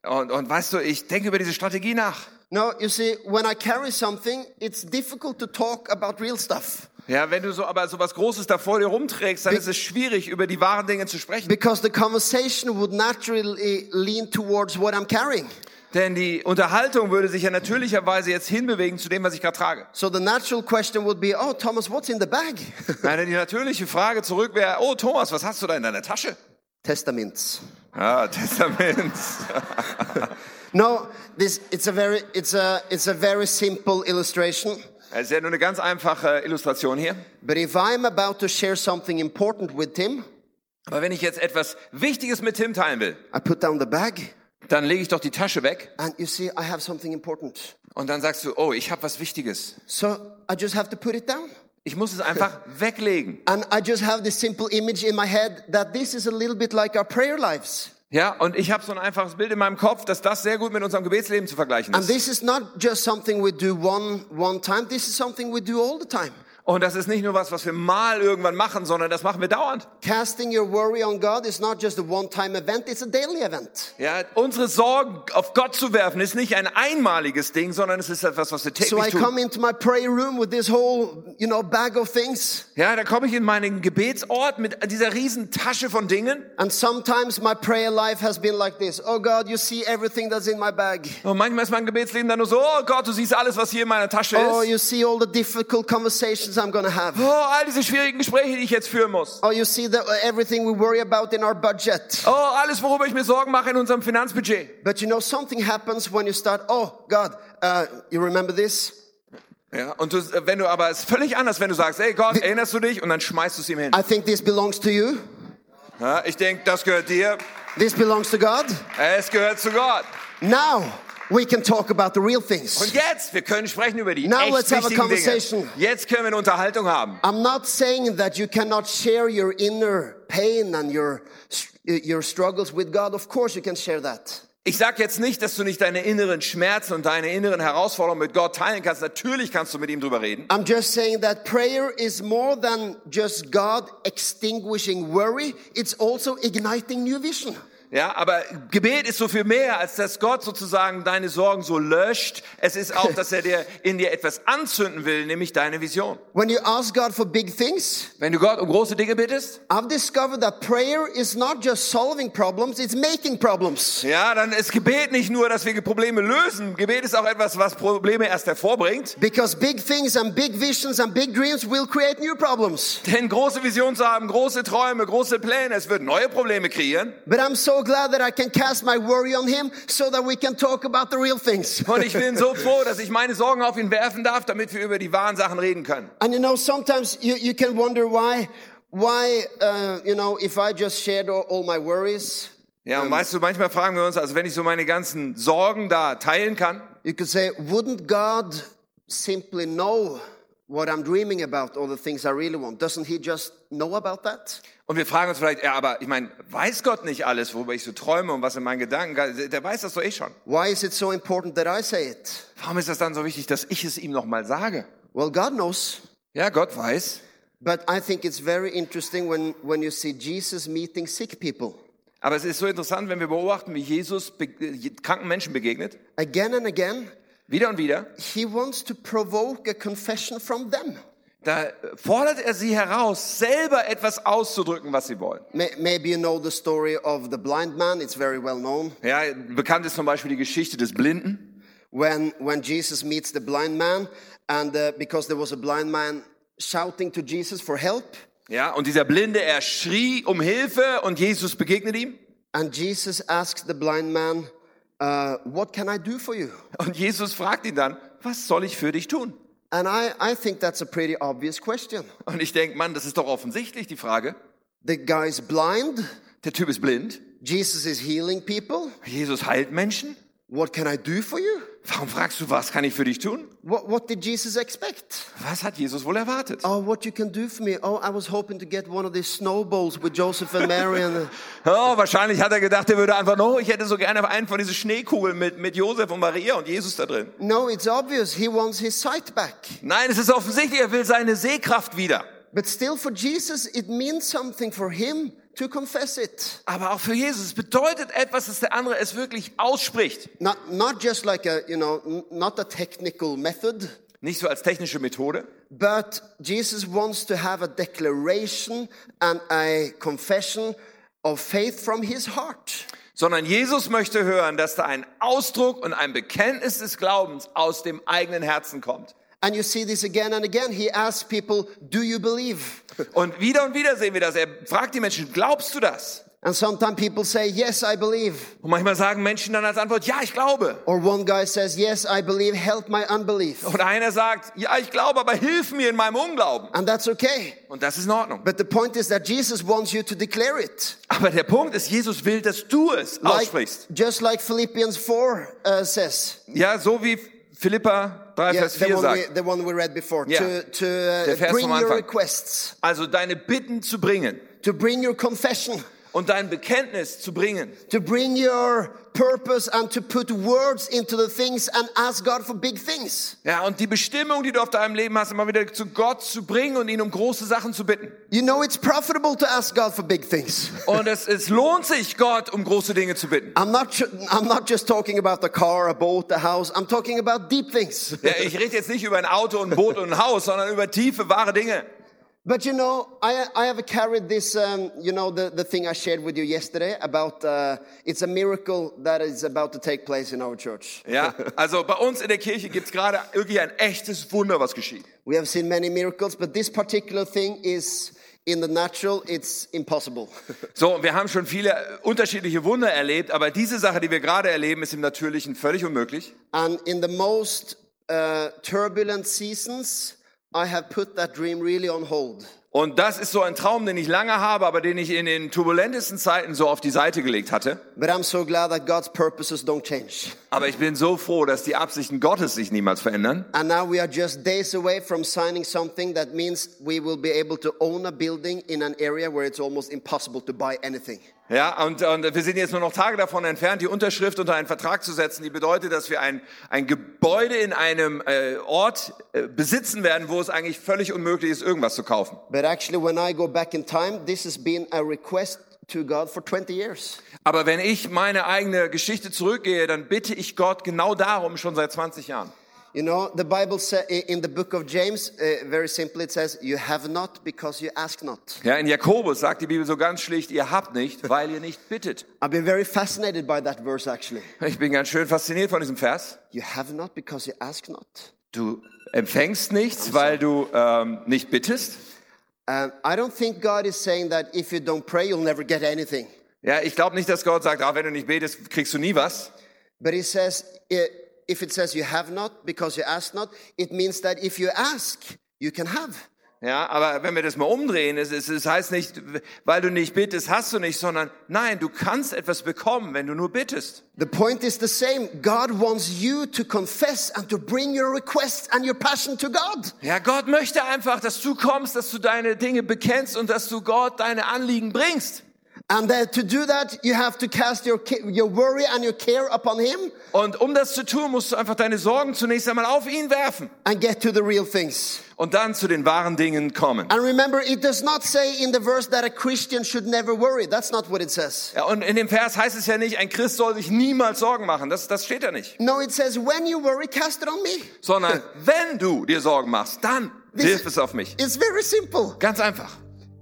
[SPEAKER 2] Und, und weißt du, ich denke über diese Strategie nach.
[SPEAKER 3] No, you see, when I carry something, it's difficult to talk about real stuff
[SPEAKER 2] Ja, wenn du so aber so was Großes da vor dir rumträgst, dann ist es schwierig, über die wahren Dinge zu sprechen.
[SPEAKER 3] because the conversation would naturally lean towards what I'm carrying.
[SPEAKER 2] Denn die Unterhaltung würde sich ja natürlicherweise jetzt hinbewegen zu dem, was ich gerade trage.
[SPEAKER 3] So the natural question would be, Oh, Thomas, what's in the bag?
[SPEAKER 2] Nein, denn die natürliche Frage zurück wäre, oh Thomas, was hast du da in deiner Tasche?
[SPEAKER 3] Testaments.
[SPEAKER 2] Ah, Testament.
[SPEAKER 3] No, this it's a very it's a it's a very simple illustration.
[SPEAKER 2] Es ist ja nur eine ganz einfache Illustration hier.
[SPEAKER 3] But if I'm about to share something important with Tim,
[SPEAKER 2] Aber wenn ich jetzt etwas Wichtiges mit Tim teilen will,
[SPEAKER 3] I put down the bag
[SPEAKER 2] dann lege ich doch die Tasche weg
[SPEAKER 3] and you see I have something important.
[SPEAKER 2] und dann sagst du, oh, ich habe was Wichtiges.
[SPEAKER 3] So I just have to put it down.
[SPEAKER 2] Ich muss es einfach weglegen.
[SPEAKER 3] And I just have this simple image in my head that this is a little bit like our prayer lives.
[SPEAKER 2] Ja, und ich habe so ein einfaches Bild in meinem Kopf, dass das sehr gut mit unserem Gebetsleben zu vergleichen
[SPEAKER 3] And
[SPEAKER 2] ist.
[SPEAKER 3] this is not just something we do one one time. This is something we do all the time.
[SPEAKER 2] Und das ist nicht nur was, was wir mal irgendwann machen, sondern das machen wir dauernd.
[SPEAKER 3] Casting your worry on God is not just a one-time event, it's a daily event.
[SPEAKER 2] Ja, unsere Sorgen auf Gott zu werfen, ist nicht ein einmaliges Ding, sondern es ist etwas, was wir
[SPEAKER 3] So I
[SPEAKER 2] täglich
[SPEAKER 3] come
[SPEAKER 2] tun.
[SPEAKER 3] into my prayer room with this whole, you know, bag of things.
[SPEAKER 2] Ja, da komme ich in meinen Gebetsort mit dieser riesen Tasche von Dingen.
[SPEAKER 3] And sometimes my prayer life has been like this. Oh God, you see everything that's in my bag.
[SPEAKER 2] Und manchmal ist mein Gebetsleben dann nur so, oh Gott, du siehst alles, was hier in meiner Tasche
[SPEAKER 3] Oh,
[SPEAKER 2] ist.
[SPEAKER 3] you see all the difficult conversations I'm going to
[SPEAKER 2] Oh,
[SPEAKER 3] have.
[SPEAKER 2] all diese schwierigen Gespräche, die ich jetzt führen muss.
[SPEAKER 3] Oh, you see the, everything we worry about in our budget.
[SPEAKER 2] Oh, alles, worüber ich mir Sorgen mache in unserem Finanzbudget.
[SPEAKER 3] But you know, something happens when you start, oh God, uh, you remember this?
[SPEAKER 2] Ja, und du, wenn du aber, es ist völlig anders, wenn du sagst, ey Gott, erinnerst du dich? Und dann schmeißt du es ihm hin.
[SPEAKER 3] I think this belongs to you.
[SPEAKER 2] Ja, ich denke, das gehört dir.
[SPEAKER 3] This belongs to God.
[SPEAKER 2] Es gehört zu Gott.
[SPEAKER 3] Now we can talk about the real
[SPEAKER 2] Und
[SPEAKER 3] things.
[SPEAKER 2] jetzt, wir können sprechen über die
[SPEAKER 3] Now
[SPEAKER 2] echt
[SPEAKER 3] let's have a
[SPEAKER 2] wichtigen Dinge.
[SPEAKER 3] conversation.
[SPEAKER 2] Jetzt können wir eine Unterhaltung haben.
[SPEAKER 3] I'm not saying that you cannot share your inner pain and your, your struggles with God. Of course you can share that.
[SPEAKER 2] Ich sage jetzt nicht, dass du nicht deine inneren Schmerzen und deine inneren Herausforderungen mit Gott teilen kannst. Natürlich kannst du mit ihm drüber reden.
[SPEAKER 3] I'm just saying that prayer is more than just God extinguishing worry. It's also igniting new vision.
[SPEAKER 2] Ja, aber Gebet ist so viel mehr, als dass Gott sozusagen deine Sorgen so löscht. Es ist auch, dass er dir in dir etwas anzünden will, nämlich deine Vision.
[SPEAKER 3] When you ask God for big things,
[SPEAKER 2] Wenn du Gott um große Dinge bittest,
[SPEAKER 3] I've discovered that prayer is not just solving problems, it's making problems.
[SPEAKER 2] ja, dann ist Gebet nicht nur, dass wir Probleme lösen. Gebet ist auch etwas, was Probleme erst hervorbringt.
[SPEAKER 3] Because big things and big visions and big dreams will create new problems.
[SPEAKER 2] Denn große Visionen zu haben, große Träume, große Pläne, es wird neue Probleme kreieren.
[SPEAKER 3] But I'm so glad that I can cast my worry on Him so that we can talk about the real things.
[SPEAKER 2] Und ich bin so froh, dass ich meine Sorgen auf ihn werfen darf, damit wir über die wahren Sachen reden können.
[SPEAKER 3] And you know, sometimes you, you can wonder why, why, uh, you know, if I just shared all, all my worries,
[SPEAKER 2] Ja, und weißt du, manchmal fragen wir uns, also wenn ich so meine ganzen Sorgen da teilen kann,
[SPEAKER 3] you could say, wouldn't God simply know what I'm dreaming about or the things I really want? Doesn't He just know about that?
[SPEAKER 2] und wir fragen uns vielleicht, ja, aber ich meine, weiß Gott nicht alles, worüber ich so träume und was in meinen Gedanken, der der weiß das doch eh schon.
[SPEAKER 3] Why is it so important that I say it?
[SPEAKER 2] Warum ist das dann so wichtig, dass ich es ihm nochmal sage?
[SPEAKER 3] Well, God knows.
[SPEAKER 2] Ja, Gott weiß.
[SPEAKER 3] But I think it's very interesting when, when you see Jesus meeting sick people.
[SPEAKER 2] Aber es ist so interessant, wenn wir beobachten, wie Jesus be äh, kranken Menschen begegnet,
[SPEAKER 3] Again and again,
[SPEAKER 2] wieder und wieder,
[SPEAKER 3] He wants to provoke a confession from them.
[SPEAKER 2] da fordert er sie heraus, selber etwas auszudrücken, was sie wollen.
[SPEAKER 3] May- Maybe you know the story of the blind man, it's very well known.
[SPEAKER 2] Ja, bekannt ist zum Beispiel die Geschichte des Blinden.
[SPEAKER 3] When, when Jesus meets the blind man, and uh, because there was a blind man shouting to Jesus for help,
[SPEAKER 2] Ja, und dieser Blinde, er schrie um Hilfe und Jesus begegnet ihm.
[SPEAKER 3] and Jesus asks the blind man, uh, What can I do for you?
[SPEAKER 2] Und Jesus fragt ihn dann, was soll ich für dich tun?
[SPEAKER 3] And I, I think that's a pretty obvious question.
[SPEAKER 2] Und ich denke, Mann, das ist doch offensichtlich die Frage.
[SPEAKER 3] The guy's blind,
[SPEAKER 2] Der Typ ist blind.
[SPEAKER 3] Jesus is healing people.
[SPEAKER 2] Jesus heilt Menschen.
[SPEAKER 3] What can I do for you?
[SPEAKER 2] Warum fragst du, was kann ich für dich tun?
[SPEAKER 3] What, what did Jesus expect?
[SPEAKER 2] Was hat Jesus wohl erwartet?
[SPEAKER 3] Oh, what you can do for me. Oh, I was hoping to get one of these snowballs with Joseph and Mary. And
[SPEAKER 2] Oh, wahrscheinlich hat er gedacht, er würde einfach, oh, ich hätte so gerne einen von diesen Schneekugeln mit, mit Josef und Maria und Jesus da drin.
[SPEAKER 3] no, it's obvious he wants his sight back.
[SPEAKER 2] Nein, es ist offensichtlich, er will seine Sehkraft wieder.
[SPEAKER 3] But still, for Jesus, it means something for him to confess it.
[SPEAKER 2] Aber auch für Jesus, es bedeutet etwas, dass der andere es wirklich ausspricht.
[SPEAKER 3] Not, not just like a, you know, n- not a technical method,
[SPEAKER 2] Nicht so als technische Methode,
[SPEAKER 3] but Jesus wants to have a declaration and a confession of faith from his heart.
[SPEAKER 2] sondern Jesus möchte hören, dass da ein Ausdruck und ein Bekenntnis des Glaubens aus dem eigenen Herzen kommt.
[SPEAKER 3] And you see this again and again. He asks people, Do you believe?
[SPEAKER 2] Und wieder und wieder sehen wir das. Er fragt die Menschen, glaubst du das?
[SPEAKER 3] And sometimes people say, Yes, I believe.
[SPEAKER 2] Und manchmal sagen Menschen dann als Antwort, ja, ich glaube.
[SPEAKER 3] Or one guy says, Yes, I believe, help my unbelief.
[SPEAKER 2] Und einer sagt, ja, ich glaube, aber hilf mir in meinem Unglauben.
[SPEAKER 3] And that's okay.
[SPEAKER 2] Und das ist in Ordnung.
[SPEAKER 3] But the point is that Jesus wants you to declare it.
[SPEAKER 2] Aber der Punkt ist, Jesus will, dass du es
[SPEAKER 3] Like-
[SPEAKER 2] aussprichst.
[SPEAKER 3] just like Philippians 4 uh, says.
[SPEAKER 2] Ja, so wie Philippa 3,
[SPEAKER 3] Yeah,
[SPEAKER 2] Vers
[SPEAKER 3] the,
[SPEAKER 2] 4
[SPEAKER 3] one we,
[SPEAKER 2] sagt.
[SPEAKER 3] the one we read before.
[SPEAKER 2] Yeah.
[SPEAKER 3] To, to
[SPEAKER 2] Der
[SPEAKER 3] uh,
[SPEAKER 2] Vers
[SPEAKER 3] bring
[SPEAKER 2] vom
[SPEAKER 3] your
[SPEAKER 2] Anfang.
[SPEAKER 3] requests,
[SPEAKER 2] Also deine Bitten zu bringen
[SPEAKER 3] to bring your confession,
[SPEAKER 2] und dein Bekenntnis zu bringen.
[SPEAKER 3] to bring your purpose, and to put words into the things and ask God for big things.
[SPEAKER 2] Ja, und die Bestimmung, die du auf deinem Leben hast, immer wieder zu Gott zu bringen und ihn um große Sachen zu bitten.
[SPEAKER 3] You know, it's profitable to ask God for big things.
[SPEAKER 2] Und es, es lohnt sich, Gott um große Dinge zu bitten.
[SPEAKER 3] I'm not, ju- I'm not just talking about the car, a boat, a house. I'm talking about deep things.
[SPEAKER 2] Ja, ich rede jetzt nicht über ein Auto, ein Boot und ein Haus, sondern über tiefe, wahre Dinge.
[SPEAKER 3] But you know, I, I have carried this, um, you know, the, the thing I shared with you yesterday about uh, it's a miracle that is about to take place in our church.
[SPEAKER 2] Ja, also bei uns in der Kirche gibt's gerade wirklich ein echtes Wunder, was geschieht.
[SPEAKER 3] We have seen many miracles, but this particular thing is in the natural, it's impossible.
[SPEAKER 2] So, und wir haben schon viele äh, unterschiedliche Wunder erlebt, aber diese Sache, die wir gerade erleben, ist im Natürlichen völlig unmöglich.
[SPEAKER 3] and in the most uh, turbulent seasons, I have put that dream really on hold.
[SPEAKER 2] Und das ist so ein Traum, den ich lange habe, aber den ich in den turbulentesten Zeiten so auf die Seite gelegt hatte.
[SPEAKER 3] But I'm so glad that God's purposes don't change.
[SPEAKER 2] Aber ich bin so froh, dass die Absichten Gottes sich niemals verändern.
[SPEAKER 3] And now we are just days away from signing something that means we will be able to own a building in an area where it's almost impossible to buy anything.
[SPEAKER 2] Ja, und, und wir sind jetzt nur noch Tage davon entfernt, die Unterschrift unter einen Vertrag zu setzen, die bedeutet, dass wir ein, ein Gebäude in einem äh, Ort äh, besitzen werden, wo es eigentlich völlig unmöglich ist, irgendwas zu kaufen.
[SPEAKER 3] But actually, when I go back in time, this has been a request to God for 20 years.
[SPEAKER 2] Aber wenn ich meine eigene Geschichte zurückgehe, dann bitte ich Gott genau darum schon seit 20 Jahren.
[SPEAKER 3] You know, the Bible says in the book of James, uh, very simply, it says, You have not because you ask not.
[SPEAKER 2] Ja, in Jakobus sagt die Bibel so ganz schlicht, ihr habt nicht, weil ihr nicht bittet.
[SPEAKER 3] I've been very fascinated by that verse, actually.
[SPEAKER 2] Ich bin ganz schön fasziniert von diesem Vers.
[SPEAKER 3] You have not because you ask not.
[SPEAKER 2] Du empfängst nichts, weil du ähm, nicht bittest.
[SPEAKER 3] Um, I don't think God is saying that if you don't pray, you'll never get anything.
[SPEAKER 2] Ja, ich glaube nicht, dass Gott sagt, ah, wenn du nicht betest, kriegst du nie was.
[SPEAKER 3] But He says, i- if it says you have not because you ask not, it means that if you ask, you can have.
[SPEAKER 2] Ja, aber wenn wir das mal umdrehen, es, es, es heißt nicht, weil du nicht bittest, hast du nicht, sondern nein, du kannst etwas bekommen, wenn du nur bittest.
[SPEAKER 3] The point is the same. God wants you to confess and to bring your requests and your passion to God.
[SPEAKER 2] Ja, Gott möchte einfach, dass du kommst, dass du deine Dinge bekennst und dass du Gott deine Anliegen bringst.
[SPEAKER 3] And uh, to do that, you have to cast your, ca- your worry and your care upon Him
[SPEAKER 2] Und um das zu tun, musst du einfach deine Sorgen zunächst einmal auf ihn werfen
[SPEAKER 3] and get to the real things.
[SPEAKER 2] und dann zu den wahren Dingen kommen.
[SPEAKER 3] And remember, it does not say in the verse that a Christian should never worry. That's not what it says.
[SPEAKER 2] Ja, und in dem Vers heißt es ja nicht, ein Christ soll sich niemals Sorgen machen. Das, das steht da nicht.
[SPEAKER 3] No, it says, when you worry, cast it on me.
[SPEAKER 2] Sondern wenn du dir Sorgen machst, dann wirf es auf mich.
[SPEAKER 3] It's very simple.
[SPEAKER 2] Ganz einfach.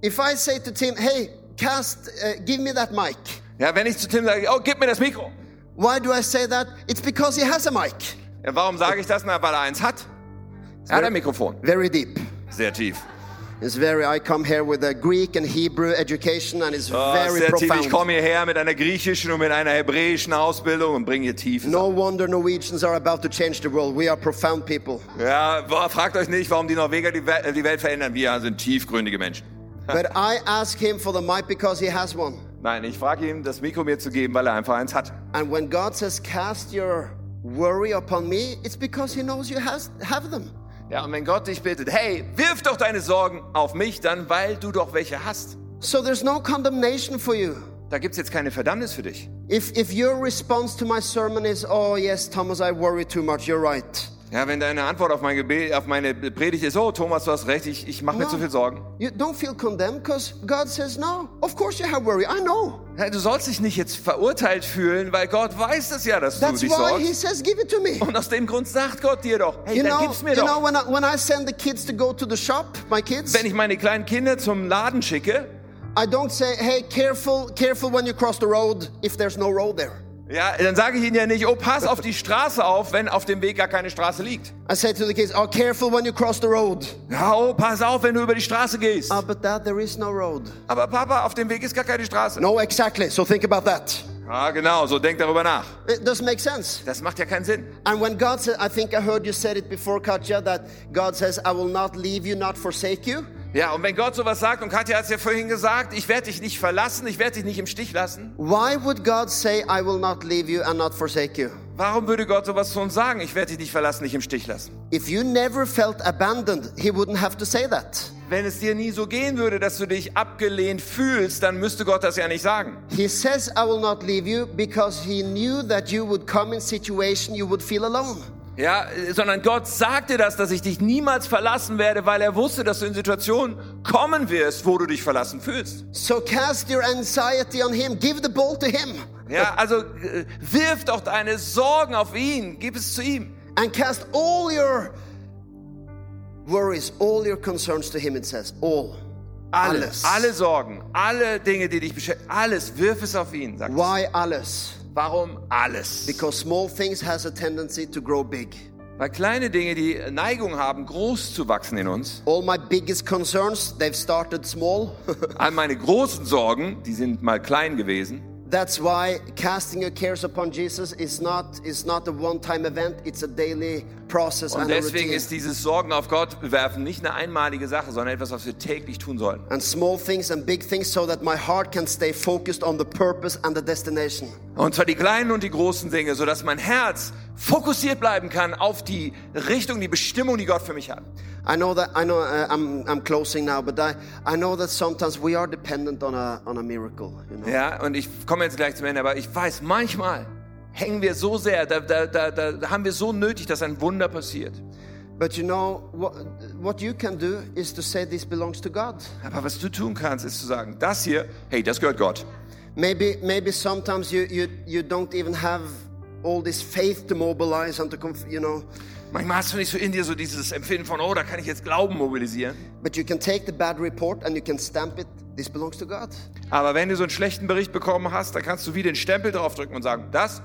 [SPEAKER 3] If I say to Tim, hey, cast, uh, give me that mic.
[SPEAKER 2] Ja, wenn ich zu Tim sage, oh, gib mir das Mikro.
[SPEAKER 3] Why do I say that? It's because he has a mic.
[SPEAKER 2] Ja, warum sage ich das? Na, weil er eins hat. Er hat ein Mikrofon.
[SPEAKER 3] Very deep.
[SPEAKER 2] Sehr tief.
[SPEAKER 3] It's very, I come here with a Greek and Hebrew education and it's
[SPEAKER 2] Oh,
[SPEAKER 3] very
[SPEAKER 2] sehr tief. Ich
[SPEAKER 3] profound.
[SPEAKER 2] komme hierher mit einer griechischen und mit einer hebräischen Ausbildung und bringe hier tief.
[SPEAKER 3] No wonder Norwegians are about to change the world. We are profound people.
[SPEAKER 2] Ja, boah, fragt euch nicht, warum die Norweger die, Wel- die Welt verändern. Wir sind tiefgründige Menschen.
[SPEAKER 3] But I ask him for the mic because he has one.
[SPEAKER 2] Nein, ich frage ihn, das Mikro mir zu geben, weil er einfach eins hat.
[SPEAKER 3] And when God says, Cast your worry upon me, it's because He knows you has, have them.
[SPEAKER 2] Ja, und wenn Gott dich bittet, hey, wirf doch deine Sorgen auf mich, dann weil du doch welche hast.
[SPEAKER 3] So there's no condemnation for you.
[SPEAKER 2] Da gibt's jetzt keine Verdammnis für dich.
[SPEAKER 3] If, if your response to my sermon is, Oh, yes, Thomas, I worry too much, you're right.
[SPEAKER 2] Ja, wenn deine Antwort auf, mein Gebet, auf meine Predigt ist, oh Thomas, du hast recht, ich, ich mache mir
[SPEAKER 3] No.
[SPEAKER 2] zu viel Sorgen.
[SPEAKER 3] You don't feel condemned because God says, No, of course you have worry. I know.
[SPEAKER 2] Ja, du sollst dich nicht jetzt verurteilt fühlen, weil Gott weiß das ja, dass
[SPEAKER 3] That's
[SPEAKER 2] du dich
[SPEAKER 3] why He
[SPEAKER 2] sorgst.
[SPEAKER 3] says, Give it to me.
[SPEAKER 2] Und aus dem Grund sagt Gott dir doch, hey,
[SPEAKER 3] You
[SPEAKER 2] dann
[SPEAKER 3] know,
[SPEAKER 2] gib's mir
[SPEAKER 3] you know
[SPEAKER 2] doch.
[SPEAKER 3] when, I, when I send the kids to go to the shop, my kids,
[SPEAKER 2] Wenn ich meine kleinen Kinder zum Laden schicke,
[SPEAKER 3] I don't say, Hey, careful, careful when you cross the road if there's no road there.
[SPEAKER 2] ja, dann sage ich ihnen ja nicht, oh, pass auf die Straße auf, wenn auf dem Weg gar keine Straße liegt.
[SPEAKER 3] I say to the kids, Oh, careful when you cross the road.
[SPEAKER 2] Ja, oh, pass auf, wenn du über die Straße gehst.
[SPEAKER 3] Ah, but Dad, there is no road.
[SPEAKER 2] Aber Papa, auf dem Weg ist gar keine Straße.
[SPEAKER 3] No, exactly. So think about that.
[SPEAKER 2] Ja, genau, so denk darüber nach.
[SPEAKER 3] It doesn't make sense.
[SPEAKER 2] Das macht ja keinen Sinn.
[SPEAKER 3] And when God said, I think I heard you said it before, Katja, that God says, I will not leave you, not forsake you.
[SPEAKER 2] Ja, und wenn Gott sowas sagt, und Katja hat es ja vorhin gesagt, ich werde dich nicht verlassen, ich werde dich nicht im Stich lassen.
[SPEAKER 3] Why would God say, I will not leave you and not forsake you?
[SPEAKER 2] Warum würde Gott sowas zu uns sagen? Ich werde dich nicht verlassen, nicht im Stich lassen.
[SPEAKER 3] If you never felt abandoned, He wouldn't have to say that.
[SPEAKER 2] Wenn es dir nie so gehen würde, dass du dich abgelehnt fühlst, dann müsste Gott das ja nicht sagen.
[SPEAKER 3] He says, I will not leave you because He knew that you would come in situation you would feel alone.
[SPEAKER 2] Ja, äh, sondern Gott sagte das, dass ich dich niemals verlassen werde, weil er wusste, dass du in Situationen kommen wirst, wo du dich verlassen fühlst.
[SPEAKER 3] So cast your anxiety on Him. Give the ball to Him.
[SPEAKER 2] Ja, also äh, wirf doch deine Sorgen auf ihn, gib es zu ihm.
[SPEAKER 3] and cast all your worries, all your concerns to Him, it says. All.
[SPEAKER 2] Alles, alle Sorgen, alle Dinge, die dich beschäftigen, alles, wirf es auf ihn. Sagt es.
[SPEAKER 3] Why alles?
[SPEAKER 2] Warum alles?
[SPEAKER 3] Because small things has a tendency to grow big.
[SPEAKER 2] Weil kleine Dinge die Neigung haben, groß zu wachsen in uns.
[SPEAKER 3] All my biggest concerns, they've started small.
[SPEAKER 2] All meine großen Sorgen, die sind mal klein gewesen.
[SPEAKER 3] That's why casting your cares upon Jesus is not is not a one-time event, it's a daily process
[SPEAKER 2] Und
[SPEAKER 3] and a
[SPEAKER 2] deswegen
[SPEAKER 3] routine.
[SPEAKER 2] ist dieses Sorgen auf Gott werfen nicht eine einmalige Sache, sondern etwas, was wir täglich tun sollen.
[SPEAKER 3] And small things and big things so that my heart can stay focused on the purpose and the destination.
[SPEAKER 2] Und zwar die kleinen und die großen Dinge, sodass mein Herz fokussiert bleiben kann auf die Richtung, die Bestimmung, die Gott für mich hat.
[SPEAKER 3] I know that I know uh, I'm I'm closing now, but I I know that sometimes we are dependent on a on a miracle. You know,
[SPEAKER 2] Ja, und ich komme jetzt gleich zum Ende, aber ich weiß, manchmal hängen wir so sehr, da, da, da, da haben wir so nötig, dass ein Wunder passiert.
[SPEAKER 3] But you know, what, what you can do is to say this belongs to God.
[SPEAKER 2] Aber was du tun kannst, ist zu sagen, das hier, hey, das gehört Gott.
[SPEAKER 3] Maybe, maybe sometimes you, you, you don't even have all this faith to mobilize and to, conf- you know,
[SPEAKER 2] Manchmal hast du nicht so in dir so dieses Empfinden von, oh, da kann ich jetzt Glauben mobilisieren.
[SPEAKER 3] but you can take the bad report and you can stamp it. This belongs to God.
[SPEAKER 2] Aber wenn du so einen schlechten Bericht bekommen hast, dann kannst du wieder den Stempel draufdrücken und sagen, das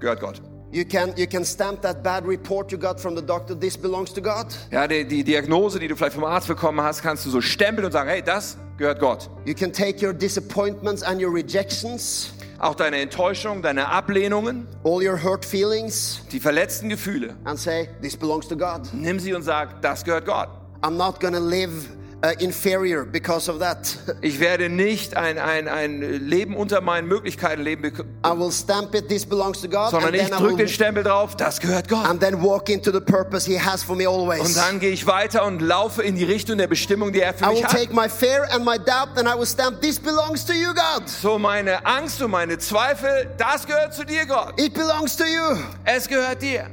[SPEAKER 2] gehört Gott.
[SPEAKER 3] You can, you can stamp that bad report you got from the doctor. This belongs to God.
[SPEAKER 2] Ja, die, die Diagnose, die du vielleicht vom Arzt bekommen hast, kannst du so stempeln und sagen, hey, das gehört Gott.
[SPEAKER 3] You can take your disappointments and your rejections,
[SPEAKER 2] Auch deine Enttäuschung, deine Ablehnungen,
[SPEAKER 3] all your hurt feelings,
[SPEAKER 2] die verletzten Gefühle,
[SPEAKER 3] and say, This belongs to God.
[SPEAKER 2] nimm sie und sag, das gehört Gott.
[SPEAKER 3] I'm not going to live uh, inferior because of that.
[SPEAKER 2] Ich werde nicht ein, ein, ein Leben unter meinen Möglichkeiten leben, bek-
[SPEAKER 3] I will stamp it. This belongs to God.
[SPEAKER 2] sondern
[SPEAKER 3] And
[SPEAKER 2] ich
[SPEAKER 3] then, I
[SPEAKER 2] drücke
[SPEAKER 3] will,
[SPEAKER 2] den Stempel drauf, das gehört Gott.
[SPEAKER 3] and then walk into the purpose He has for me
[SPEAKER 2] Und
[SPEAKER 3] always.
[SPEAKER 2] dann gehe ich weiter und laufe in die Richtung der Bestimmung, die er für
[SPEAKER 3] I will
[SPEAKER 2] mich hat.
[SPEAKER 3] take my fear and my doubt and I will stamp, This belongs to you, God.
[SPEAKER 2] So meine Angst und meine Zweifel, das gehört zu dir, Gott.
[SPEAKER 3] It belongs to you.
[SPEAKER 2] Es gehört dir.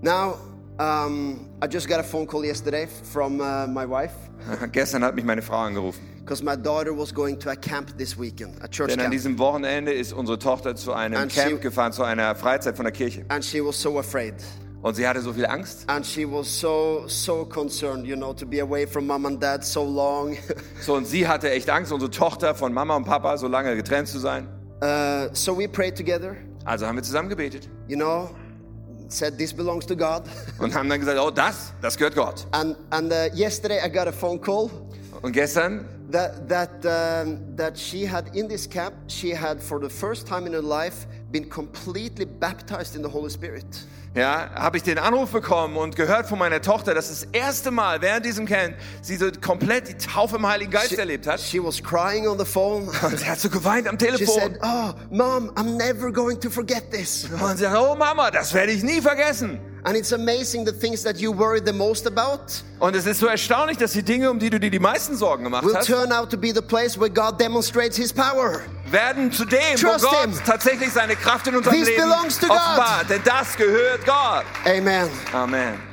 [SPEAKER 3] Now, um, I just got a phone call yesterday from uh, my wife
[SPEAKER 2] Gestern hat mich meine Frau angerufen,
[SPEAKER 3] because my daughter was going to a camp this weekend, a church
[SPEAKER 2] denn an
[SPEAKER 3] camp.
[SPEAKER 2] diesem Wochenende ist unsere Tochter zu einem
[SPEAKER 3] And she-
[SPEAKER 2] Camp gefahren, zu einer Freizeit von der Kirche.
[SPEAKER 3] And she was so afraid.
[SPEAKER 2] Und sie hatte so viel Angst,
[SPEAKER 3] And she was so, so concerned, you know, to be away from mom and dad so long.
[SPEAKER 2] so und sie hatte echt Angst, unsere Tochter von Mama und Papa so lange getrennt zu sein.
[SPEAKER 3] uh, so we prayed together,
[SPEAKER 2] Also haben wir zusammen gebetet
[SPEAKER 3] you know, said this belongs to God.
[SPEAKER 2] und haben dann gesagt, oh das, das gehört Gott.
[SPEAKER 3] and and uh, yesterday I got a phone call
[SPEAKER 2] Und gestern
[SPEAKER 3] that that um, that she had in this camp, she had for the first time in her life been completely baptized in the Holy Spirit.
[SPEAKER 2] ja, habe ich den Anruf bekommen und gehört von meiner Tochter, dass das erste Mal während diesem Camp sie so komplett die Taufe im Heiligen Geist erlebt hat.
[SPEAKER 3] She was crying on the phone.
[SPEAKER 2] Und sie hat so geweint am
[SPEAKER 3] She
[SPEAKER 2] Telefon.
[SPEAKER 3] said, "Oh, mom, I'm never going to forget this."
[SPEAKER 2] Und sie sagt, oh Mama, das werde ich nie vergessen.
[SPEAKER 3] And it's amazing the things that you worry the most about
[SPEAKER 2] Und es ist so erstaunlich, dass die Dinge, um die du dir die meisten Sorgen gemacht
[SPEAKER 3] will
[SPEAKER 2] hast,
[SPEAKER 3] turn out to be the place where God demonstrates His power.
[SPEAKER 2] werden zu dem, wo
[SPEAKER 3] Trust
[SPEAKER 2] Gott
[SPEAKER 3] him.
[SPEAKER 2] tatsächlich seine Kraft in unserem
[SPEAKER 3] This
[SPEAKER 2] Leben
[SPEAKER 3] belongs to God.
[SPEAKER 2] offenbart. Denn das gehört Gott.
[SPEAKER 3] Amen.
[SPEAKER 2] Amen.